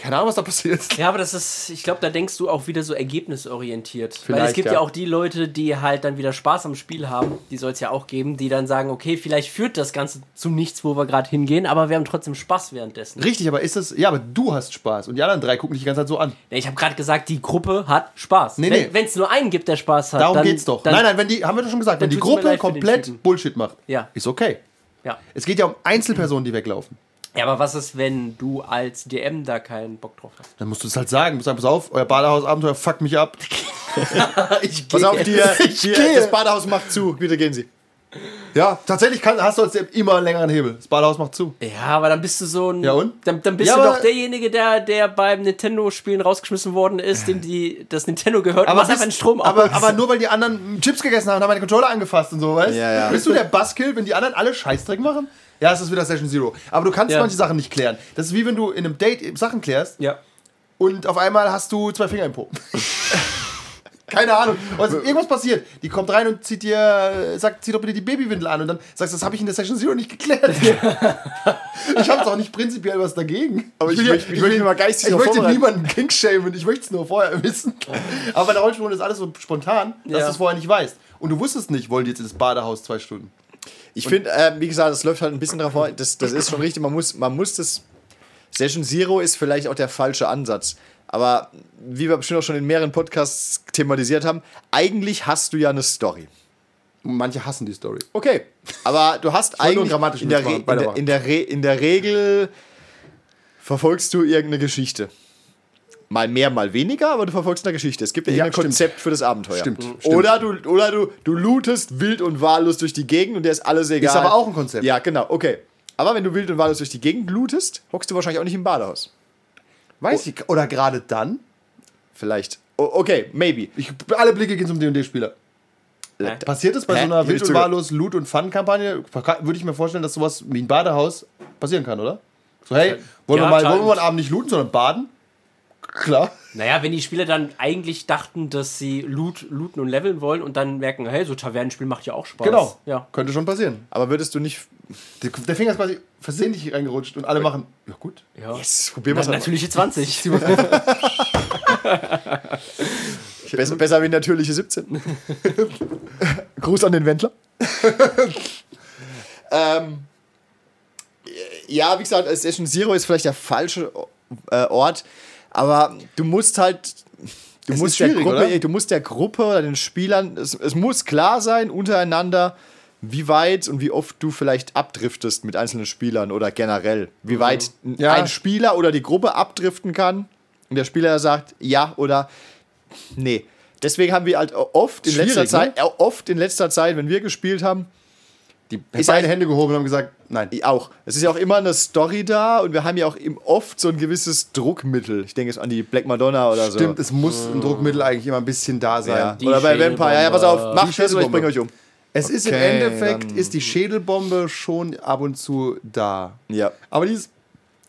keine Ahnung, was da passiert. ja, aber das ist, ich glaube, da denkst du auch wieder so ergebnisorientiert. Weil es Vielleicht, gibt ja. ja. auch die Leute, die halt dann wieder Spaß am Spiel haben, die soll es ja auch geben, die dann sagen, okay, vielleicht führt das Ganze zu nichts, wo wir gerade hingehen, aber wir haben trotzdem Spaß währenddessen. Richtig, aber ist das. Ja, aber du hast Spaß und die anderen drei gucken dich die ganze Zeit so an. Nee, Ich habe gerade gesagt, die Gruppe hat Spaß. Nee, nee. Wenn es nur einen gibt, der Spaß hat, Darum dann, geht's doch. Dann, nein, nein, wenn die, haben wir doch schon gesagt, wenn die tut's mir Gruppe leid für den Typen. komplett Bullshit macht, Ja. ist okay. Ja. Es geht ja um Einzelpersonen, die weglaufen. ja, aber was ist, wenn du als DM da keinen Bock drauf hast? Dann musst du es halt sagen, musst sagen, pass auf, euer Badehausabenteuer fuck mich ab. ich Pass auf, die, Ich die, gehe. das Badehaus macht zu. Bitte gehen Sie. Ja, tatsächlich kann, hast du als Depp immer einen längeren Hebel. Das Badehaus macht zu. Ja, aber dann bist du so ein. Ja, und? Dann, dann bist Ja, du aber- doch derjenige, der, der beim Nintendo-Spielen rausgeschmissen worden ist, dem die, das Nintendo gehört. und macht einfach den bist- Strom aus. aber, aber nur weil die anderen Chips gegessen haben, haben meine Controller angefasst und so, weißt Ja, ja. Bist du der Buzzkill, wenn die anderen alle Scheißdreck machen? Ja, es ist wieder Session Zero. Aber du kannst Ja. manche Sachen nicht klären. Das ist wie wenn du in einem Date Sachen klärst ja. und auf einmal hast du zwei Finger im Po. keine Ahnung. Und es ist irgendwas passiert. Die kommt rein und zieht dir, äh, sagt, zieh doch bitte die Babywindel an. Und dann sagst du, das habe ich in der Session Zero nicht geklärt. ich habe auch nicht prinzipiell was dagegen. Aber ich will ja- möchte- ich möchte will- mal geistig Ich noch möchte vorbereiten. niemanden kinkshamen. Ich möchte es nur vorher wissen. Aber bei der Rollstuhl ist alles so spontan, dass Ja. du es vorher nicht weißt. Und du wusstest nicht, wollen die jetzt ins Badehaus zwei Stunden. Ich finde, äh, wie gesagt, das läuft halt ein bisschen drauf vor. Das, das ist schon richtig. Man muss, man muss das. Session Zero ist vielleicht auch der falsche Ansatz. Aber wie wir bestimmt auch schon in mehreren Podcasts thematisiert haben, eigentlich hast du ja eine Story. Manche hassen die Story. Okay. Aber du hast wollte eigentlich. nur einen dramatischen in, der Witz Re- machen. in, der, in, Weitermachen. der Re in der Regel verfolgst du irgendeine Geschichte. Mal mehr, mal weniger, aber du verfolgst eine Geschichte. Es gibt ja, Ja, irgendein stimmt. Konzept für das Abenteuer. Mhm. Stimmt, stimmt. Oder, du, oder du, du lootest wild und wahllos durch die Gegend und dir ist alles egal. aber auch ein Konzept. Ja, genau, okay. Aber wenn du wild und wahllos durch die Gegend lootest, hockst du wahrscheinlich auch nicht im Badehaus. Oh. Weiß ich. Oder gerade dann. Vielleicht. O okay, maybe. Ich, alle Blicke gehen zum D&D-Spieler. Äh, Passiert es bei Hä? so einer Hab ich wild und zugehört. wahllos Loot- und Fun-Kampagne? Verka- Würde ich mir vorstellen, dass sowas wie ein Badehaus passieren kann, oder? So, hey, wollen, Ja, wir, mal, klar. wollen wir mal einen Abend nicht looten, sondern baden? Klar. Naja, wenn die Spieler dann eigentlich dachten, dass sie loot, looten und leveln wollen und dann merken, hey, so Tavernenspiel macht ja auch Spaß. Genau. Ja. Könnte schon passieren. Aber würdest du nicht. Der, der Finger ist quasi versehentlich reingerutscht und Äh. alle machen, ja gut. ja. Yes, probieren wir Na, es halt mal. natürliche 20. Besser, besser wie natürliche 17. Gruß an den Wendler. ähm, ja, wie gesagt, also Session Zero ist vielleicht der falsche äh, Ort, aber du musst halt. Du Es ist musst, der schwierig, Gruppe, oder? du musst der Gruppe oder den Spielern, es, es muss klar sein untereinander, wie weit und wie oft du vielleicht abdriftest mit einzelnen Spielern oder generell. Wie weit Mhm. Ja. ein Spieler oder die Gruppe abdriften kann und der Spieler sagt ja oder nee. Deswegen haben wir halt oft in Schwierig, letzter ne? Zeit, äh, oft in letzter Zeit, wenn wir gespielt haben, Die Ist beide ein- Hände gehoben und haben gesagt, nein. auch. Es ist ja auch immer eine Story da und wir haben ja auch im oft so ein gewisses Druckmittel. Ich denke jetzt an die Black Madonna oder so. Stimmt, es muss ein Druckmittel eigentlich immer ein bisschen da sein. also mm. ja. Die Oder bei Schädelbombe. Vampire. Ja, pass auf, macht Die das oder ich Schädelbombe. bringe euch um. Es ist im Okay, Endeffekt, dann- ist die Schädelbombe schon ab und zu da. Ja. Aber die ist,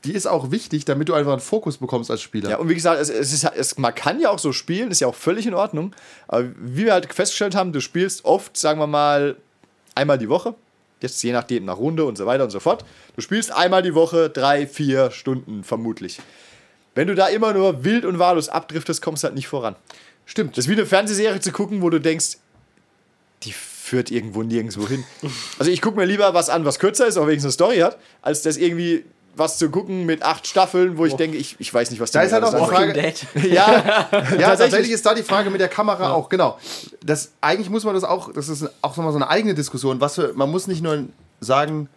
die ist auch wichtig, damit du einfach einen Fokus bekommst als Spieler. Ja, und wie gesagt, es, es ist, es, man kann ja auch so spielen, ist ja auch völlig in Ordnung. Aber wie wir halt festgestellt haben, du spielst oft, sagen wir mal, einmal die Woche. Jetzt je nachdem, nach Runde und so weiter und so fort. Du spielst einmal die Woche drei, vier Stunden vermutlich. Wenn du da immer nur wild und wahllos abdriftest, kommst du halt nicht voran. Stimmt. Das ist wie eine Fernsehserie zu gucken, wo du denkst, die führt irgendwo nirgendwo hin. Also ich gucke mir lieber was an, was kürzer ist, auch wenigstens eine Story hat, als das irgendwie was zu gucken mit acht Staffeln, wo ich denke, ich, ich weiß nicht, was Da ist halt auch alles die anfangen. Frage- Walking Dead. Ja, Ja, Tatsächlich. tatsächlich. ist da die Frage mit der Kamera auch, genau. Das, eigentlich muss man das auch, das ist auch nochmal so eine eigene Diskussion. Was für, man muss nicht nur sagen,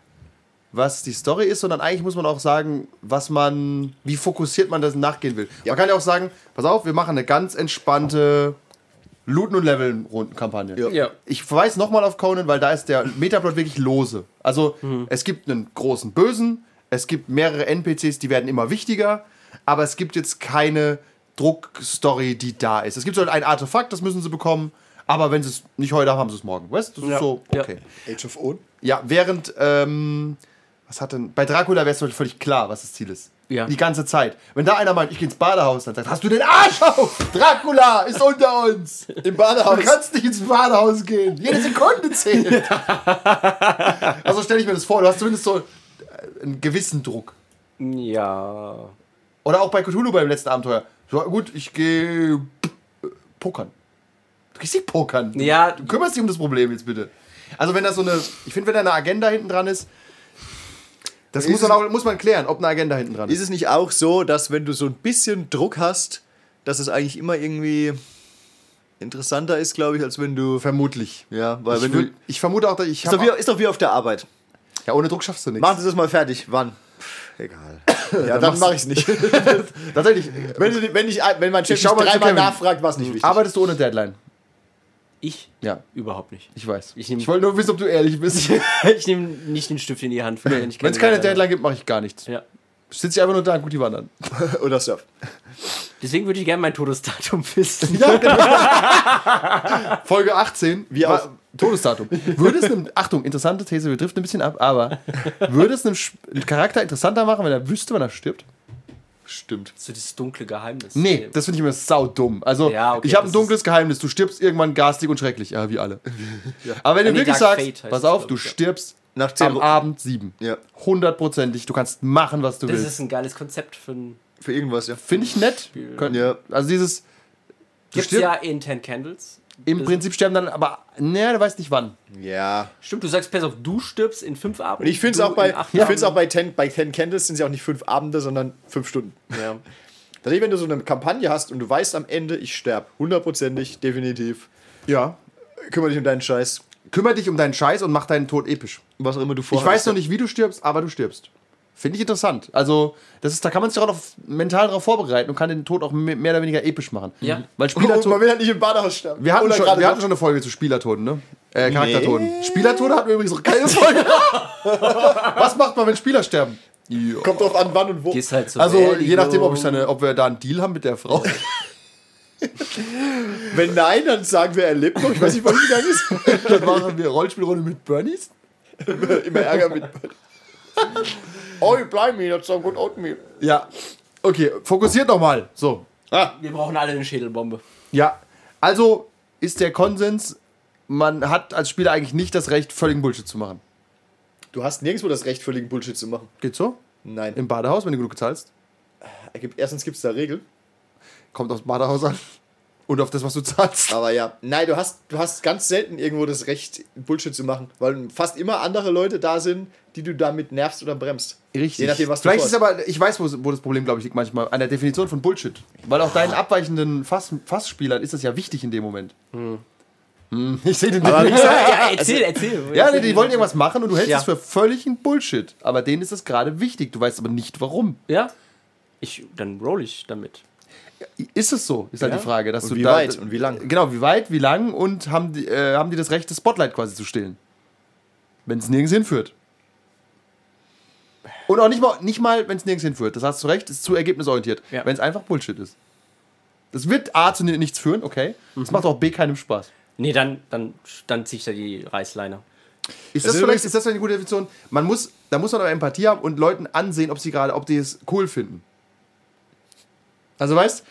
was die Story ist, sondern eigentlich muss man auch sagen, was man, wie fokussiert man das nachgehen will. Man kann ja auch sagen, pass auf, wir machen eine ganz entspannte Looten- und Leveln-Rundenkampagne. Ja. Ich verweise nochmal auf Conan, weil da ist der Metaplot wirklich lose. Also Mhm. es gibt einen großen Bösen, es gibt mehrere NPCs, die werden immer wichtiger, aber es gibt jetzt keine Druckstory, die da ist. Es gibt so ein Artefakt, das müssen sie bekommen, aber wenn sie es nicht heute haben, haben sie es morgen. Weißt du, das Ja. ist so Ja. okay. Age of Own. Ja, während, ähm, was hat denn, bei Dracula wäre es völlig klar, was das Ziel ist. Ja. Die ganze Zeit. Wenn da einer meint, ich gehe ins Badehaus, dann sagt, hast du den Arsch auf? Dracula ist unter uns. Im Badehaus. Du kannst nicht ins Badehaus gehen. Jede Sekunde zählt. also stelle ich mir das vor, du hast zumindest so äh, einen gewissen Druck. Ja. Oder auch bei Cthulhu beim letzten Abenteuer. So, gut, ich gehe äh, pokern. Du gehst nicht pokern. Du- Ja. Du kümmerst dich um das Problem jetzt bitte. Also wenn da so eine, ich finde, wenn da eine Agenda hinten dran ist, das Ist muss man, es- auch, muss man klären, ob eine Agenda hinten dran Ist ist. es nicht auch so, dass wenn du so ein bisschen Druck hast, dass es eigentlich immer irgendwie interessanter ist, glaube ich, als wenn du. Vermutlich. Ja, weil ich, wenn würd, du. ich vermute auch, dass ich Ist hab doch, wie, ist doch wie auf der Arbeit. auch- ja, ohne Druck schaffst du nichts. Machen Sie das mal fertig. Wann? Pff, egal. Ja, dann mache ich es nicht. Tatsächlich, äh, wenn, du- wenn, ich, wenn mein Chef Ich schau mich mal zu dreimal Kevin. nachfragt, war es nicht wichtig. arbeitest du ohne Deadline? Ich? Ja, Überhaupt nicht. ich weiß. Ich Ich, nehm- wollte nur wissen, ob du ehrlich bist. Ich nehme nicht den Stift in die Hand. Wenn es Wenn es keine Deadline gibt, mache ich gar nichts. Ja. Sitze ich einfach nur da, gut die wandern. Oder Surf. Deswegen würde ich gerne mein Todesdatum wissen. Ja, genau. Folge 18. Wie aus- Todesdatum. Würde es einem, Achtung, interessante These, wir driften ein bisschen ab, aber würde es einem Sch- einen Charakter interessanter machen, wenn er wüsste, wann er stirbt? Stimmt. So dieses dunkle Geheimnis. Äh, Nee, das finde ich mir saudumm. Also, Ja, okay, ich habe ein das dunkles Geheimnis. Du stirbst irgendwann garstig und schrecklich. Ja, wie alle. Aber wenn du Nee, wirklich Dark sagst, Fate heißt pass das, auf, glaub du ich, ja. stirbst Nach am zehn Abend sieben. Ja. Hundertprozentig. Du kannst machen, was du das willst. ist ein geiles Konzept für ein. Für irgendwas, ja. Finde ich nett. Könnt- Ja. Also, dieses Gibt's stirbst- ja in Ten Candles. im Das- Prinzip sterben dann, aber, ne, du weißt nicht wann. Ja. Stimmt, du sagst, pass auf, du stirbst in fünf Abenden. Und ich finde es du auch bei, in acht ich find's auch Abenden. bei, Ten, bei Ten Candles sind es ja auch nicht fünf Abende, sondern fünf Stunden. Ja. Tatsächlich, wenn du so eine Kampagne hast und du weißt am Ende, ich sterbe. Hundertprozentig, definitiv. Ja. Kümmere dich um deinen Scheiß. Kümmere dich um deinen Scheiß und mach deinen Tod episch. Was auch immer du Ich vorhast. weiß noch nicht, wie du stirbst, aber du stirbst. Finde ich interessant. Also, das ist, da kann man sich auch noch mental darauf vorbereiten und kann den Tod auch me- mehr oder weniger episch machen. Mhm. Ja. Weil Und man Spielertod. will halt nicht im Badehaus sterben. Wir hatten, Oder schon, gerade wir hatten noch. schon eine Folge zu Spielertoden, ne? Äh, Charaktertoden. Spielertode hatten wir übrigens noch keine Folge. Was macht man, wenn Spieler sterben? Kommt drauf an, wann und wo. Gehst halt zur Also, je Beerdigung. nachdem, ob, ich seine, ob wir da einen Deal haben mit der Frau. Wenn nein, dann sagen wir, er lebt noch. Ich weiß nicht, wo er gegangen ist. Dann machen wir Rollspielrunde mit Bernies. Immer Ärger mit. oh, you blind me, that's so good oatmeal. Ja. Okay, fokussiert nochmal. So, Ah, Wir brauchen alle eine Schädelbombe. Ja, also ist der Konsens, man hat als Spieler eigentlich nicht das Recht, völligen Bullshit zu machen. du hast nirgendwo das Recht, völligen Bullshit zu machen. Geht so? Nein. Im Badehaus, wenn du genug zahlst. Erstens gibt es da Regeln. Kommt aufs Badehaus an. Und auf das, was du zahlst. Aber ja, nein, du hast, du hast ganz selten irgendwo das Recht, Bullshit zu machen, weil fast immer andere Leute da sind, die du damit nervst oder bremst. Je nachdem, was Vielleicht du ist aber, ich weiß, wo, wo das Problem, glaube ich, liegt manchmal, an der Definition von Bullshit. Weil auch deinen abweichenden Fass, Fassspielern ist das ja wichtig in dem Moment. Hm, Ich sehe den nicht. Ja, erzähl, erzähl. also- Ja, nee, die wollen irgendwas machen und du hältst Ja. es für völligen Bullshit. Aber denen ist das gerade wichtig. Du weißt aber nicht, warum. Ja? Ich, dann roll ich damit. Ist es so? Ist halt Ja. die Frage. Dass Und du wie da, weit und wie lang? Genau, wie weit, wie lang und haben die, äh, haben die das Recht, das Spotlight quasi zu stehlen? Wenn es nirgends hinführt. Und auch nicht mal, nicht mal wenn es nirgends hinführt. Das hast du recht, ist zu ergebnisorientiert. Ja. Wenn es einfach Bullshit ist. Das wird A zu ni- nichts führen, okay. Das macht auch B keinem Spaß. Also Nee, dann, dann, dann zieh ich da die Reißleine. Ist das, ist vielleicht, übrigens- ist das vielleicht eine gute Definition? Man muss, da muss man aber Empathie haben und Leuten ansehen, ob sie gerade, ob die es cool finden. Also weißt,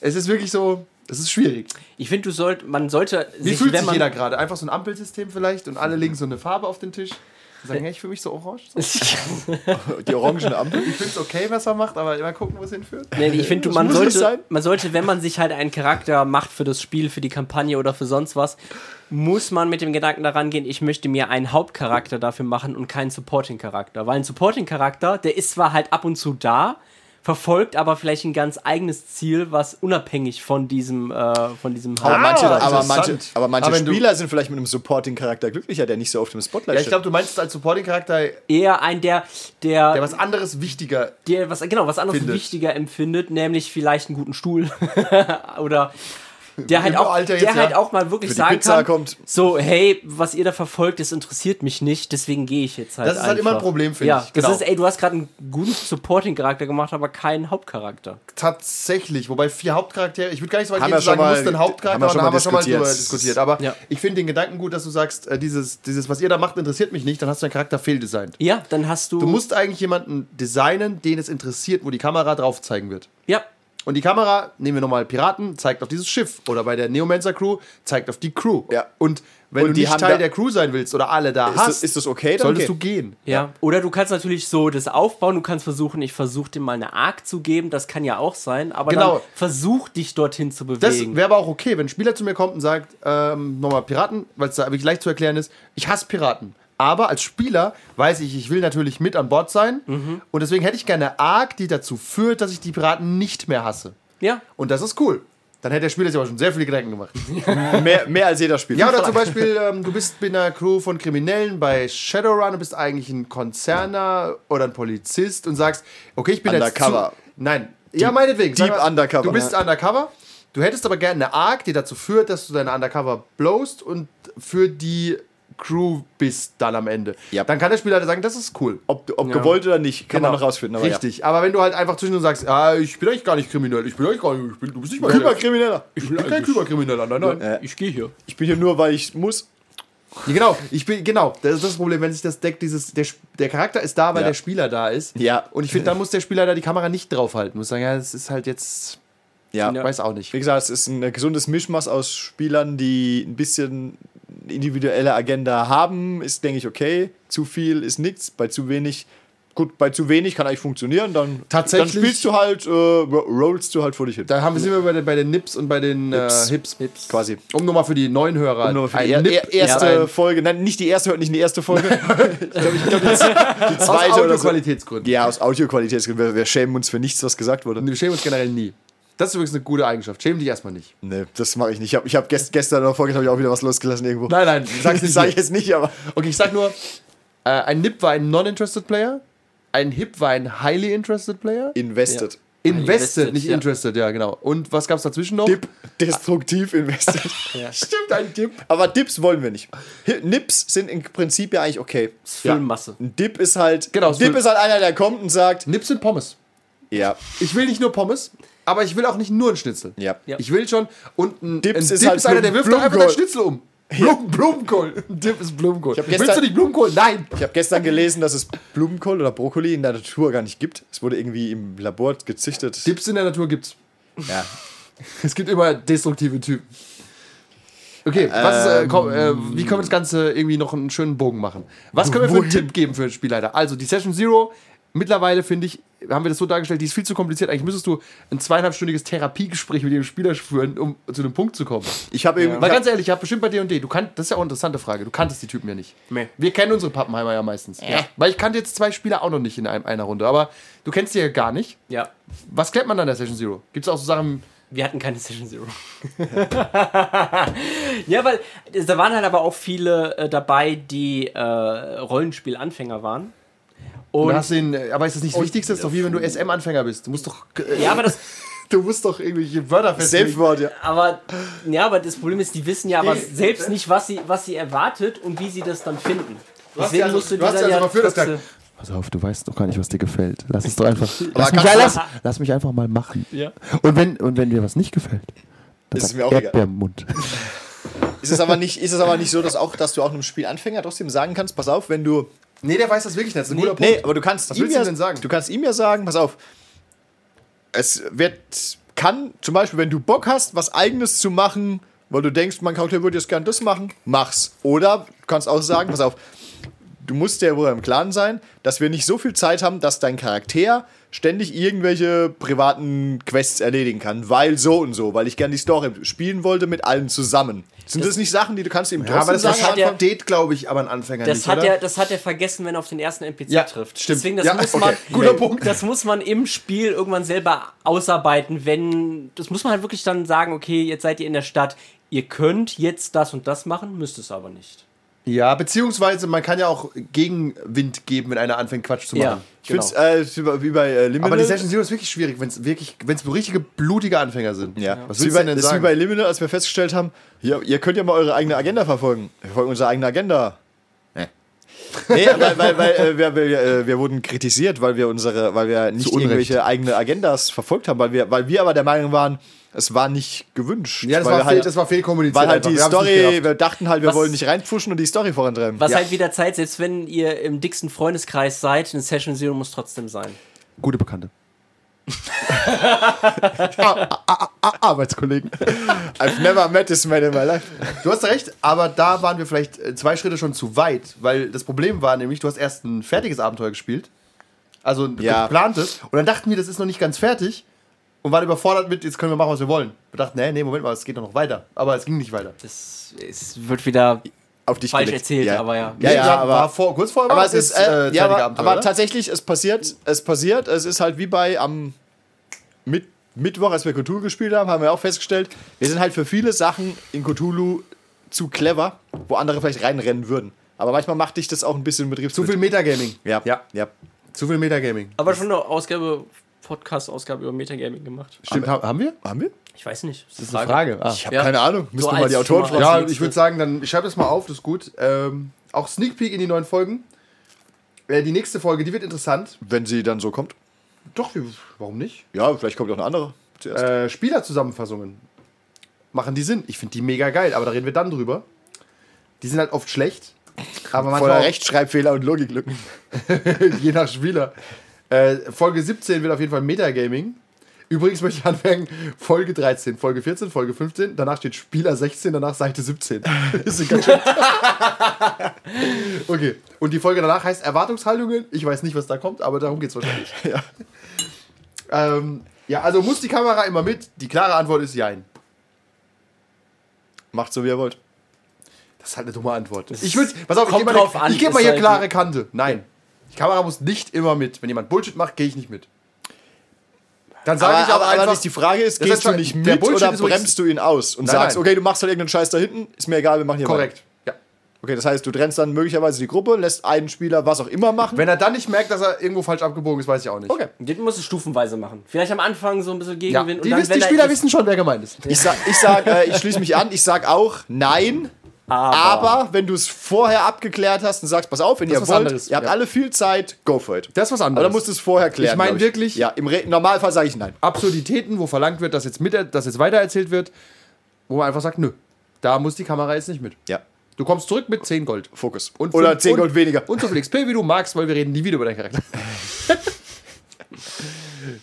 es ist wirklich so, es ist schwierig. Ich finde, du sollt, man sollte Wie fühlt wenn sich man, jeder gerade? Einfach so ein Ampelsystem vielleicht und alle legen so eine Farbe auf den Tisch und Äh. sagen, hey, ich fühle mich so orange. So, vorhast. Die orangene Ampel. ich finde es okay, was er macht, aber immer gucken, wo es hinführt. Nee, ich finde, Das man muss nicht sollte, sein. man sollte, wenn man sich halt einen Charakter macht für das Spiel, für die Kampagne oder für sonst was, muss man mit dem Gedanken daran gehen, ich möchte mir einen Hauptcharakter dafür machen und keinen Supporting-Charakter. Weil ein Supporting-Charakter, der ist zwar halt ab und zu da, verfolgt aber vielleicht ein ganz eigenes Ziel, was unabhängig von diesem, äh, von diesem Aber Haupt. manche, aber Ah, interessant. manche, aber manche Aber wenn du- Spieler sind vielleicht mit einem Supporting-Charakter glücklicher, der nicht so oft im Spotlight Ja, ich glaube, du meinst es als Supporting-Charakter, Eher ein, der, der, der was anderes wichtiger. der was genau was anderes Findet. wichtiger empfindet, nämlich vielleicht einen guten Stuhl oder der halt Im auch Alter der jetzt, halt ja. auch mal wirklich Für die sagen Pizza kann kommt. so hey, was ihr da verfolgt, das interessiert mich nicht, deswegen gehe ich jetzt halt Das ist halt einfach. immer ein Problem, finde Ja, ich, das genau. ist ey, du hast gerade einen guten Supporting Charakter gemacht, aber keinen Hauptcharakter. Tatsächlich, wobei vier Hauptcharaktere, ich würde gar nicht so weit Haben gehen wir zu sagen, schon du mal- musst einen Hauptcharakter, haben wir schon aber da mal haben wir schon mal drüber diskutiert. diskutiert. Aber Ja. ich finde den Gedanken gut, dass du sagst, äh, dieses, dieses, was ihr da macht, interessiert mich nicht, dann hast du deinen Charakter fehldesignt. Ja, dann hast du, Du musst eigentlich jemanden designen, den es interessiert, wo die Kamera drauf zeigen wird. ja Und die Kamera, nehmen wir nochmal Piraten, zeigt auf dieses Schiff. Oder bei der Neomancer Crew, zeigt auf die Crew. Ja. Und wenn Und du die nicht haben Teil da- der Crew sein willst oder alle da ist. hast, Das, ist das okay? Dann solltest okay. du gehen. Ja, oder du kannst natürlich so das aufbauen, du kannst versuchen, ich versuche dir mal eine Arc zu geben, das kann ja auch sein, aber dann Genau. versuch dich dorthin zu Das bewegen. wäre aber auch okay, wenn ein Spieler zu mir kommt und sagt, ähm, nochmal Piraten, weil es da wirklich leicht zu erklären ist, ich hasse Piraten. Aber als Spieler weiß ich, ich will natürlich mit an Bord sein. Mhm. Und deswegen hätte ich gerne eine Arc, die dazu führt, dass ich die Piraten nicht mehr hasse. ja, Und das ist cool. Dann hätte der Spieler sich aber schon sehr viele Gedanken gemacht. mehr, mehr als jeder Spieler. Ja, oder zum Beispiel, ähm, du bist in einer Crew von Kriminellen bei Shadowrun, du bist eigentlich ein Konzerner oder ein Polizist und sagst, okay, ich bin Undercover. jetzt zu, Nein, ja, meinetwegen. sag deep undercover. Du bist Ja. undercover, du hättest aber gerne eine Arc, die dazu führt, dass du deine Undercover blowst und für die Crew bist dann am Ende. Ja. Dann kann der Spieler halt sagen, das ist cool. ob ob gewollt oder nicht, kann man noch rausfinden. Aber Genau. Richtig, aber wenn du halt einfach zwischendurch sagst, ah, ich bin eigentlich gar nicht kriminell, ich bin eigentlich gar nicht, ich bin, du bist nicht mal Ja. Küberkrimineller. Äh, Ich bin kein Küberkrimineller, nein, nein. ich gehe hier. Ich bin hier nur, weil ich muss. Ja, genau, ich bin, genau, das ist das Problem, wenn sich das Deck dieses, der, Sp- der Charakter ist da, weil Ja. der Spieler da ist. Ja. Und ich finde, dann muss der Spieler da die Kamera nicht draufhalten. Muss sagen, ja, das ist halt jetzt, Ja. Ja. weiß auch nicht. Wie gesagt, es ist ein äh, gesundes Mischmasch aus Spielern, die ein bisschen individuelle Agenda haben, ist, denke ich, okay. Zu viel ist nichts, bei zu wenig, gut, bei zu wenig kann eigentlich funktionieren, dann, Tatsächlich- dann spielst du halt, äh, ro- rollst du halt vor dich hin. Da haben sind wir bei den, bei den Nips und bei den Hips. Hips. Äh, Hips. Hips. quasi. Um nochmal für die neuen Hörer. Nur für ein die er, Nip er, ist erste ein- Folge, nein, nicht die erste, nicht die erste Folge. ich glaube, ich glaube, die, die aus zweite oder so. Audioqualitätsgründen. Ja, aus Audioqualität. Wir, wir schämen uns für nichts, was gesagt wurde. Wir schämen uns generell nie. Das ist übrigens eine gute Eigenschaft. Schäm dich erstmal nicht. Nee, das mache ich nicht. Ich habe ich hab gest, gestern oder vorgestern hab ich auch wieder was losgelassen irgendwo. Nein, nein, sag's das nicht. sage ich jetzt nicht, aber. Okay, ich sag nur, äh, ein Nip war ein Non-Interested Player, ein Hip war ein Highly Interested Player, Invested. Invested, Invested, nicht ja. Interested, ja genau. Und was gab's dazwischen noch? Dip, destruktiv invested. Stimmt, ein Dip. Aber Dips wollen wir nicht. Hi- Nips sind im Prinzip ja eigentlich okay. Füllmasse. Ein Dip ist halt. Genau, ein Dip so- ist halt einer, der kommt und sagt. Nips sind Pommes. Ja, Ich will nicht nur Pommes, aber ich will auch nicht nur einen Schnitzel. ja. Ja. Ich will schon. Und ein, Dips ein ist Dip halt ist einer, der wirft doch einfach Blumenkohl. den Schnitzel um. Blum, Blumenkohl. Ein Dip ist Blumenkohl. hab Willst du gestern- nicht Blumenkohl? Nein. Ich habe gestern gelesen, dass es Blumenkohl oder Brokkoli in der Natur gar nicht gibt. Es wurde irgendwie im Labor gezüchtet. Dips in der Natur gibt's. Ja. Es gibt immer destruktive Typen. Okay, was ist, äh, komm, äh, wie können wir das Ganze irgendwie noch einen schönen Bogen machen? Was können wir für einen Tipp geben für den Spielleiter? Also, die Session Zero, mittlerweile finde ich, haben wir das so dargestellt, die ist viel zu kompliziert. Eigentlich müsstest du ein zweieinhalbstündiges Therapiegespräch mit dem Spieler führen, um zu dem Punkt zu kommen. Ich habe irgendwie. Mal ganz ehrlich, ich habe bestimmt bei D&D, du kannst, das ist ja auch eine interessante Frage, du kanntest die Typen ja nicht. Nee. Wir kennen unsere Pappenheimer ja meistens. Ja. Weil ich kannte jetzt zwei Spieler auch noch nicht in einem, einer Runde, aber du kennst die ja gar nicht. Ja. Was klärt man dann in der Session Zero? Gibt es auch so Sachen, Wir hatten keine Session Zero. ja, weil äh, da waren halt aber auch viele äh, dabei, die äh, Rollenspielanfänger waren. Du Und hast den, äh, aber ist das nicht das Wichtigste? Das ist doch wie wenn du SM-Anfänger bist. Du musst doch. äh, ja, aber das, du musst doch irgendwelche Wörter festlegen. Selbstmord, ja. aber ja, aber das Problem ist, die wissen ja aber Nee. selbst nicht, was sie, was sie erwartet und wie sie das dann finden. hast ja also- du hast ja also mal für das gesagt. Pass auf, du weißt doch gar nicht, was dir gefällt. Lass es doch einfach. Lass mich, kannst- lass, lass mich einfach mal machen. Ja. Und, wenn, und wenn dir was nicht gefällt, dann Ist sag mir auch Erdbeermund. Ist es aber nicht, ist es aber nicht so, dass, auch, dass du auch einem Spielanfänger trotzdem sagen kannst: Pass auf, wenn du. Nee, der weiß das wirklich nicht. Das ist ein guter Punkt. Nee, aber du kannst, ihm willst du ja, denn sagen? du kannst ihm ja sagen: Pass auf, es wird. Kann zum Beispiel, wenn du Bock hast, was Eigenes zu machen, weil du denkst, mein Charakter würde jetzt gern das machen, mach's. Oder du kannst auch sagen: Pass auf, du musst dir wohl im Klaren sein, dass wir nicht so viel Zeit haben, dass dein Charakter ständig irgendwelche privaten Quests erledigen kann, weil so und so, weil ich gern die Story spielen wollte mit allen zusammen. Sind das, nicht Sachen, die du kannst ihm trotzdem aber das halt- sagen? hat am ja- Anfang? versteht, glaube ich, aber ein Anfänger Das nicht. hat, oder? er, das hat er vergessen, wenn er auf den ersten NPC Ja, trifft. stimmt. Deswegen, das Ja, muss okay. man, Äh, Guter Punkt. Das muss man im Spiel irgendwann selber ausarbeiten, wenn. Das muss man halt wirklich dann sagen, okay, jetzt seid ihr in der Stadt, ihr könnt jetzt das und das machen, müsst es aber nicht. Ja, beziehungsweise man kann ja auch Gegenwind geben, wenn einer anfängt, Quatsch zu machen. Ja, Ich genau. find's, äh, ist wie bei äh, Liminal. Aber die Session Zero ist wirklich schwierig, wenn es wirklich, wenn es richtige blutige Anfänger sind. Ja, das Was ist willst wie du bei, denn das ist wie sagen? bei Liminal, als wir festgestellt haben, hier, ihr könnt ja mal eure eigene Agenda verfolgen. Wir verfolgen unsere eigene Agenda. Nee, nee weil, weil, weil äh, wir, wir, äh, wir wurden kritisiert, weil wir unsere, weil wir nicht Zu Unrecht. irgendwelche eigene Agendas verfolgt haben, weil wir, weil wir aber der Meinung waren, es war nicht gewünscht. ja, das weil war, wir fehl, halt, das war fehlkommuniziert. weil halt einfach. die Wir haben's nicht Story, gerafft. wir dachten halt, wir Was- wollen nicht reinpfuschen und die Story vorantreiben. Was ja. halt wieder Zeit, selbst wenn ihr im dicksten Freundeskreis seid, eine Session Zero muss trotzdem sein. Gute Bekannte. ah, ah, ah, ah, Arbeitskollegen. I've never met this man in my life. Du hast recht, aber da waren wir vielleicht äh, zwei Schritte schon zu weit, weil das Problem war nämlich, du hast erst ein fertiges Abenteuer gespielt, also ein Ja. geplantes, und dann dachten wir, das ist noch nicht ganz fertig und waren überfordert mit, jetzt können wir machen, was wir wollen. Wir dachten, nee, nee, Moment mal, es geht doch noch weiter. Aber es ging nicht weiter. Das es wird wieder. Auf dich Falsch gelegt. erzählt, aber ja. Ja, ja, aber war vor, kurz vorher Aber war es ist, jetzt, äh, ja, fertige aber, Abenteuer, aber oder? tatsächlich, es passiert, es passiert, es ist halt wie bei am Mit Mittwoch, als wir Cthulhu gespielt haben, haben wir auch festgestellt, wir sind halt für viele Sachen in Cthulhu zu clever, wo andere vielleicht reinrennen würden. Aber manchmal macht dich das auch ein bisschen zu viel betriebsblind. Metagaming. Ja, ja, ja. zu viel Metagaming. Aber schon eine Ausgabe, Podcast-Ausgabe über Metagaming gemacht. Stimmt, ha- haben wir? Haben wir? Ich weiß nicht. Das ist Das ist eine Frage. Ah. Ich habe Ja. keine Ahnung. Müssen So wir mal die als Autoren Schon mal- fragen. Ja, Nächste. ich würde sagen, dann schreib das mal auf, das ist gut. Ähm, auch Sneak Peek in die neuen Folgen. Äh, die nächste Folge, die wird interessant. Wenn sie dann so kommt. Doch, wir- warum nicht? Ja, vielleicht kommt auch eine andere zuerst. Äh, Spielerzusammenfassungen. Machen die Sinn? Ich finde die mega geil, aber da reden wir dann drüber. Die sind halt oft schlecht, aber manchmal Voller auch- Rechtschreibfehler und Logiklücken. je nach Spieler. Äh, Folge 17 wird auf jeden Fall Metagaming. Übrigens möchte ich anfangen, Folge 13, Folge 14, Folge 15, danach steht Spieler 16, danach Seite 17. Ist ganz schön. okay, und die Folge danach heißt Erwartungshaltungen. Ich weiß nicht, was da kommt, aber darum geht's wahrscheinlich. Ja. Ähm, ja, also muss die Kamera immer mit? Die klare Antwort ist Jein. Macht so, wie ihr wollt. Das ist halt eine dumme Antwort. Ich würde, pass auf, ich kommt gebe mal, eine- drauf an, ich geb ist mal hier halt- klare Kante. Nein, die Kamera muss nicht immer mit. Wenn jemand Bullshit macht, gehe ich nicht mit. Dann sage Aber, ich aber, aber, aber einfach, nicht die Frage ist, Das gehst heißt, du nicht der mit Bullshit oder ist übrigens- bremst du ihn aus und Nein, sagst, nein. okay, du machst halt irgendeinen Scheiß da hinten, ist mir egal, wir machen hier korrekt. Ja. Weiter. Okay, das heißt, du trennst dann möglicherweise die Gruppe, lässt einen Spieler was auch immer machen. Wenn er dann nicht merkt, dass er irgendwo falsch abgebogen ist, weiß ich auch nicht. Okay. Das musst du stufenweise machen. Vielleicht am Anfang so ein bisschen Ja, Gegenwind. die, und dann, wissen, wenn die er Spieler ist- wissen schon, wer gemeint ist. Ich sag, ich, sag, äh, ich schließe mich an, ich sag auch nein, Aber, aber wenn du es vorher abgeklärt hast und sagst, pass auf, wenn Das ihr ist was wollt, anderes, ihr habt ja. alle viel Zeit, go for it. Das ist was anderes. aber dann musst du es vorher klären. Ich meine glaub wirklich- Ja, im Re Normalfall sage ich nein. Absurditäten, wo verlangt wird, dass jetzt, mit, dass jetzt weitererzählt wird, wo man einfach sagt, nö, da muss die Kamera jetzt nicht mit. Ja, Du kommst zurück mit 10 Gold. Fokus. Und Oder fünf- 10 Gold und- weniger. Und so viel XP, wie du magst, weil wir reden nie wieder über deinen Charakter.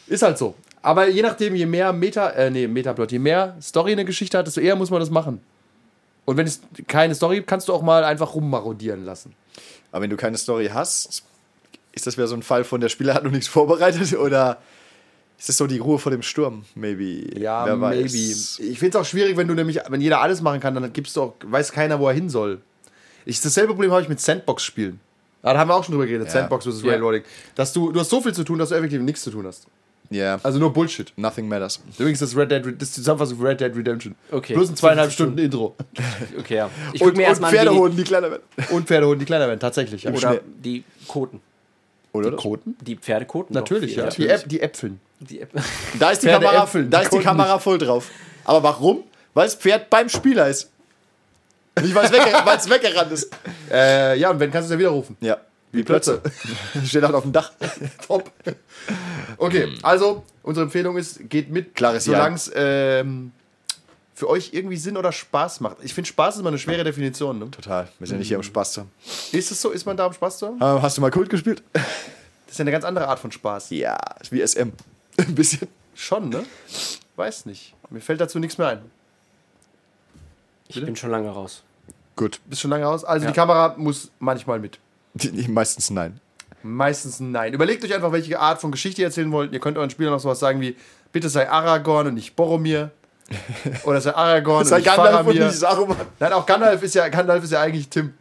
ist halt so. Aber je nachdem, je mehr Meta, äh, nee, Metaplot, je mehr Story eine Geschichte hat, desto eher muss man das machen. Und wenn es keine Story gibt, kannst du auch mal einfach rummarodieren lassen. Aber wenn du keine Story hast, ist das wieder so ein Fall von der Spieler hat noch nichts vorbereitet oder ist das so die Ruhe vor dem Sturm? Maybe. Wer Weiß. Ich finde es auch schwierig, wenn du nämlich, wenn jeder alles machen kann, dann gibst du auch, weiß keiner, wo er hin soll. Ich, dasselbe Problem habe ich mit Sandbox-Spielen. Ah, Da haben wir auch schon drüber geredet, Sandbox versus Ja. Railroading. Dass du, du hast so viel zu tun, dass du effektiv nichts zu tun hast. Ja, Also nur Bullshit. nothing matters. Übrigens, das Red Dead, Red- das ist die Zusammenfassung von Red Dead Redemption. Okay. Plus ein zweieinhalb Stunden Intro. Okay, ja. Ich Und, gucke mir und erstmal an, wie Pferdehoden, die kleiner werden. Und Pferdehunden, die kleiner werden, tatsächlich. Ja. die, oder die Koten. Oder? Koten? Die Pferdekoten. doch Natürlich, viel, ja. Die, Äp die Äpfeln. Die App. Da ist die Pferde Kamera, äpfeln, da die ist die konnten Kamera voll drauf. Aber warum? Weil das Pferd beim Spieler ist. Nicht, weil es wegger weil's weggerannt ist. Äh, ja, und wenn kannst du es ja widerrufen. Ja. Wie Plötze. Steht halt auf dem Dach. Top. Okay, also, unsere Empfehlung ist, geht mit, Klares Ja. solange es ähm, für euch irgendwie Sinn oder Spaß macht. Ich finde, Spaß ist immer eine schwere Definition. Ne? Total. Wir sind ja nicht hier, um Spaß zu haben. Ist es so? Ist man da, um Spaß zu haben? Ähm, hast du mal Kult gespielt? Das ist ja eine ganz andere Art von Spaß. Ja, ist wie SM. Ein bisschen. Schon, ne? Weiß nicht. Mir fällt dazu nichts mehr ein. Ich bin schon lange raus. Gut. Bist schon lange raus. Also, die Kamera muss manchmal mit. Meistens nein. Meistens nein. Überlegt euch einfach, welche Art von Geschichte ihr erzählen wollt. Ihr könnt euren Spielern noch sowas sagen wie: Bitte sei Aragorn und nicht Boromir. Oder sei Aragorn und Sei nicht Gandalf und Faramir. nicht Saruman. Nein, auch Gandalf ist ja Gandalf ist ja eigentlich Tim.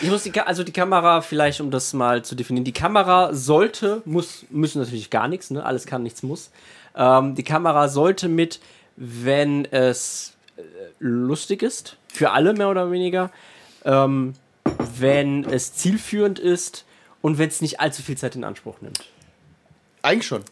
Ich muss die, Ka- also die Kamera vielleicht, um das mal zu definieren. Die Kamera sollte, muss, müssen natürlich gar nichts, ne? Alles kann, nichts muss. Ähm, die Kamera sollte mit, wenn es äh, lustig ist, für alle mehr oder weniger, ähm, wenn es zielführend ist und wenn es nicht allzu viel Zeit in Anspruch nimmt. Eigentlich schon.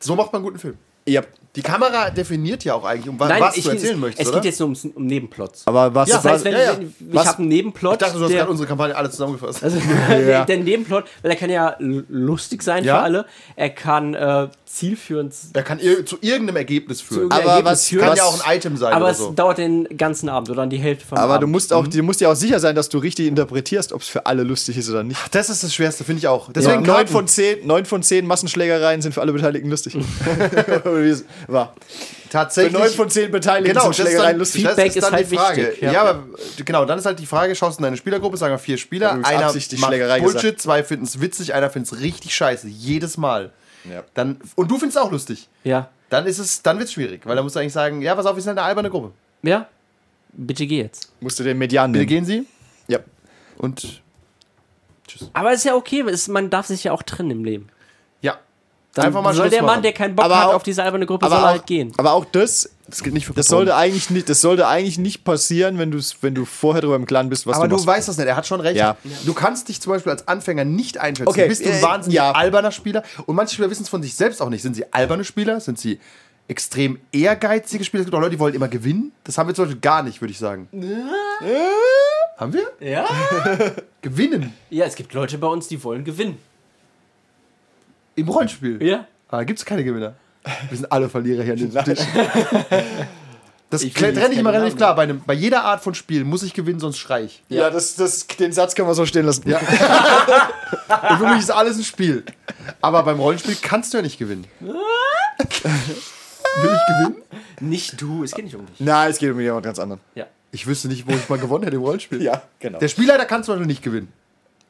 So macht man einen guten Film. Ja. Die Kamera definiert ja auch eigentlich, um wa- was du erzählen es, möchtest, es oder? geht jetzt nur um, um Nebenplots. Aber was, Ja, das heißt, wenn ja, ja. ich, Was- ich habe einen Nebenplot, ich dachte, du hast der, gerade unsere Kampagne alle zusammengefasst. Also, Ja. der, der Nebenplot, weil er kann ja l- lustig sein Ja. für alle, er kann äh, zielführend s- er kann ir zu irgendeinem Ergebnis führen. irgendeinem- Aber aber Ergebnis was, führen. kann was, ja auch ein Item sein aber oder es so. dauert den ganzen Abend oder an die Hälfte von aber Abend. du musst Mhm. auch, du musst ja auch sicher sein, dass du richtig interpretierst, ob es für alle lustig ist oder nicht. Das ist das Schwerste, finde ich auch. Deswegen Deswegen neun Karten. Mhm. von zehn, neun von zehn Massenschlägereien sind für alle Beteiligten lustig. Oder wie es war. Für tatsächlich neun von zehn Beteiligten Genau, sind das ist Schlägereien dann, lustig. das ist, Feedback dann ist halt die Frage. wichtig, Ja, ja. aber genau, dann ist halt die Frage, schaust du in deine Spielergruppe, sagen wir vier Spieler, übrigens einer absichtlich macht Schlägerei Bullshit, gesagt. zwei finden es witzig, einer findet es richtig scheiße, jedes Mal. Ja. Dann, und du findest es auch lustig. ja. Dann ist es, dann wird es schwierig, weil dann musst du eigentlich sagen, ja, pass auf, wir sind halt eine alberne Gruppe. ja, bitte geh jetzt. Musst du den Median Wir nehmen. gehen sie Ja. und Aber es ist ja okay, es, man darf sich ja auch trennen im Leben. ja. Dann Einfach mal soll Schluss der Mann, machen. der keinen Bock Aber hat auch- auf diese alberne Gruppe, soll Aber auch, halt gehen. aber auch das, Das geht nicht für das sollte, eigentlich nicht, das sollte eigentlich nicht passieren, wenn, du's- wenn du vorher darüber im Klaren bist, was aber du du, machst. weißt das nicht, er hat schon recht. Ja. Du kannst dich zum Beispiel als Anfänger nicht einschätzen. Okay, Bist du ein äh, wahnsinnig ja. alberner Spieler? Und manche Spieler wissen es von sich selbst auch nicht. Sind sie alberne Spieler? Sind sie extrem ehrgeizige Spieler? Es gibt auch Leute, die wollen immer gewinnen. Das haben wir zum Beispiel gar nicht, würde ich sagen. Äh? haben wir? Ja? Gewinnen ja, es gibt Leute bei uns, die wollen gewinnen. im Rollenspiel. Ah, Ja. Aber gibt es keine Gewinner. Wir sind alle Verlierer hier an diesem Nein. Tisch. Das Ich will trenne jetzt ich immer keinen relativ Namen. klar. Bei, einem, bei jeder Art von Spiel muss ich gewinnen, sonst schrei ich. Ja, das, das, den Satz können wir so stehen lassen. Und für mich ist alles ein Spiel. Aber beim Rollenspiel kannst du ja nicht gewinnen. Will ich gewinnen? Nicht du, es geht nicht um dich. Nein, es geht um jemand ganz anderen. Ja. Ich wüsste nicht, wo ich mal gewonnen hätte im Rollenspiel. Ja, genau. Der Spielleiter kann zum Beispiel nicht gewinnen.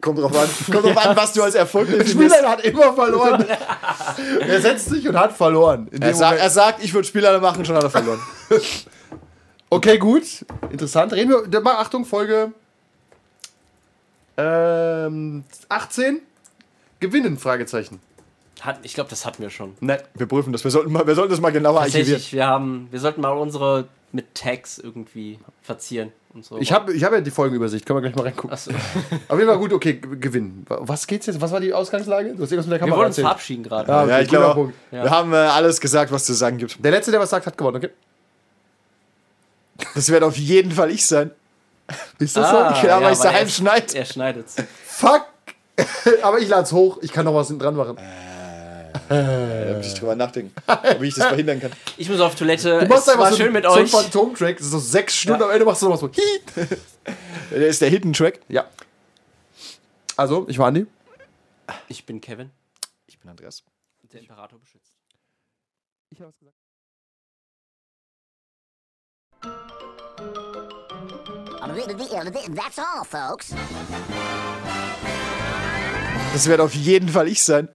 kommt drauf an, kommt drauf an was du als Erfolg Der Spielleiter hat immer verloren. er setzt sich und hat verloren. In Er, dem sagt, Moment- er sagt, ich würde Spieler machen, schon hat er verloren. okay, gut. Interessant. Reden wir. da- Mal Achtung, Folge ähm, 18. Gewinnen? Fragezeichen. Hat, ich glaube, das hatten wir schon. Nein. Wir prüfen das. Wir sollten, mal, wir sollten das mal genauer archivieren. Tatsächlich, wir haben, wir sollten mal unsere mit Tags irgendwie verzieren und so. Ich habe ich hab ja die Folgenübersicht. Können wir gleich mal reingucken. Achso. Auf jeden Fall gut, okay, g- gewinnen. Wa- Was geht's jetzt? Was war die Ausgangslage? Du hast irgendwas mit der Wir Kamera wollen uns erzählt. verabschieden gerade. Ah, Ja, ich guter glaube, Punkt. Ja. wir haben äh, alles gesagt, was zu sagen gibt. Der Letzte, der was sagt, hat gewonnen, okay? Das wird auf jeden Fall ich sein. Ist das Ah, so? Ja, weil weil ich daheim er- schneid. Er schneidet's. Fuck! Aber ich lade es hoch. Ich kann noch was hinten dran machen. Äh, Da muss ich drüber nachdenken, wie ich das verhindern kann. Ich muss auf Toilette. Du machst es war einfach so, schön mit so euch. einen Phantom-Track. Das ist so sechs Stunden. Am Ende machst du noch was so. Hiit. Der ist der Hidden Track. Ja. Also, ich war Andi. Ich bin Kevin. Ich bin Andreas. Der Imperator beschützt. Ich habe was gesagt. That's all, folks. Das wird auf jeden Fall ich sein.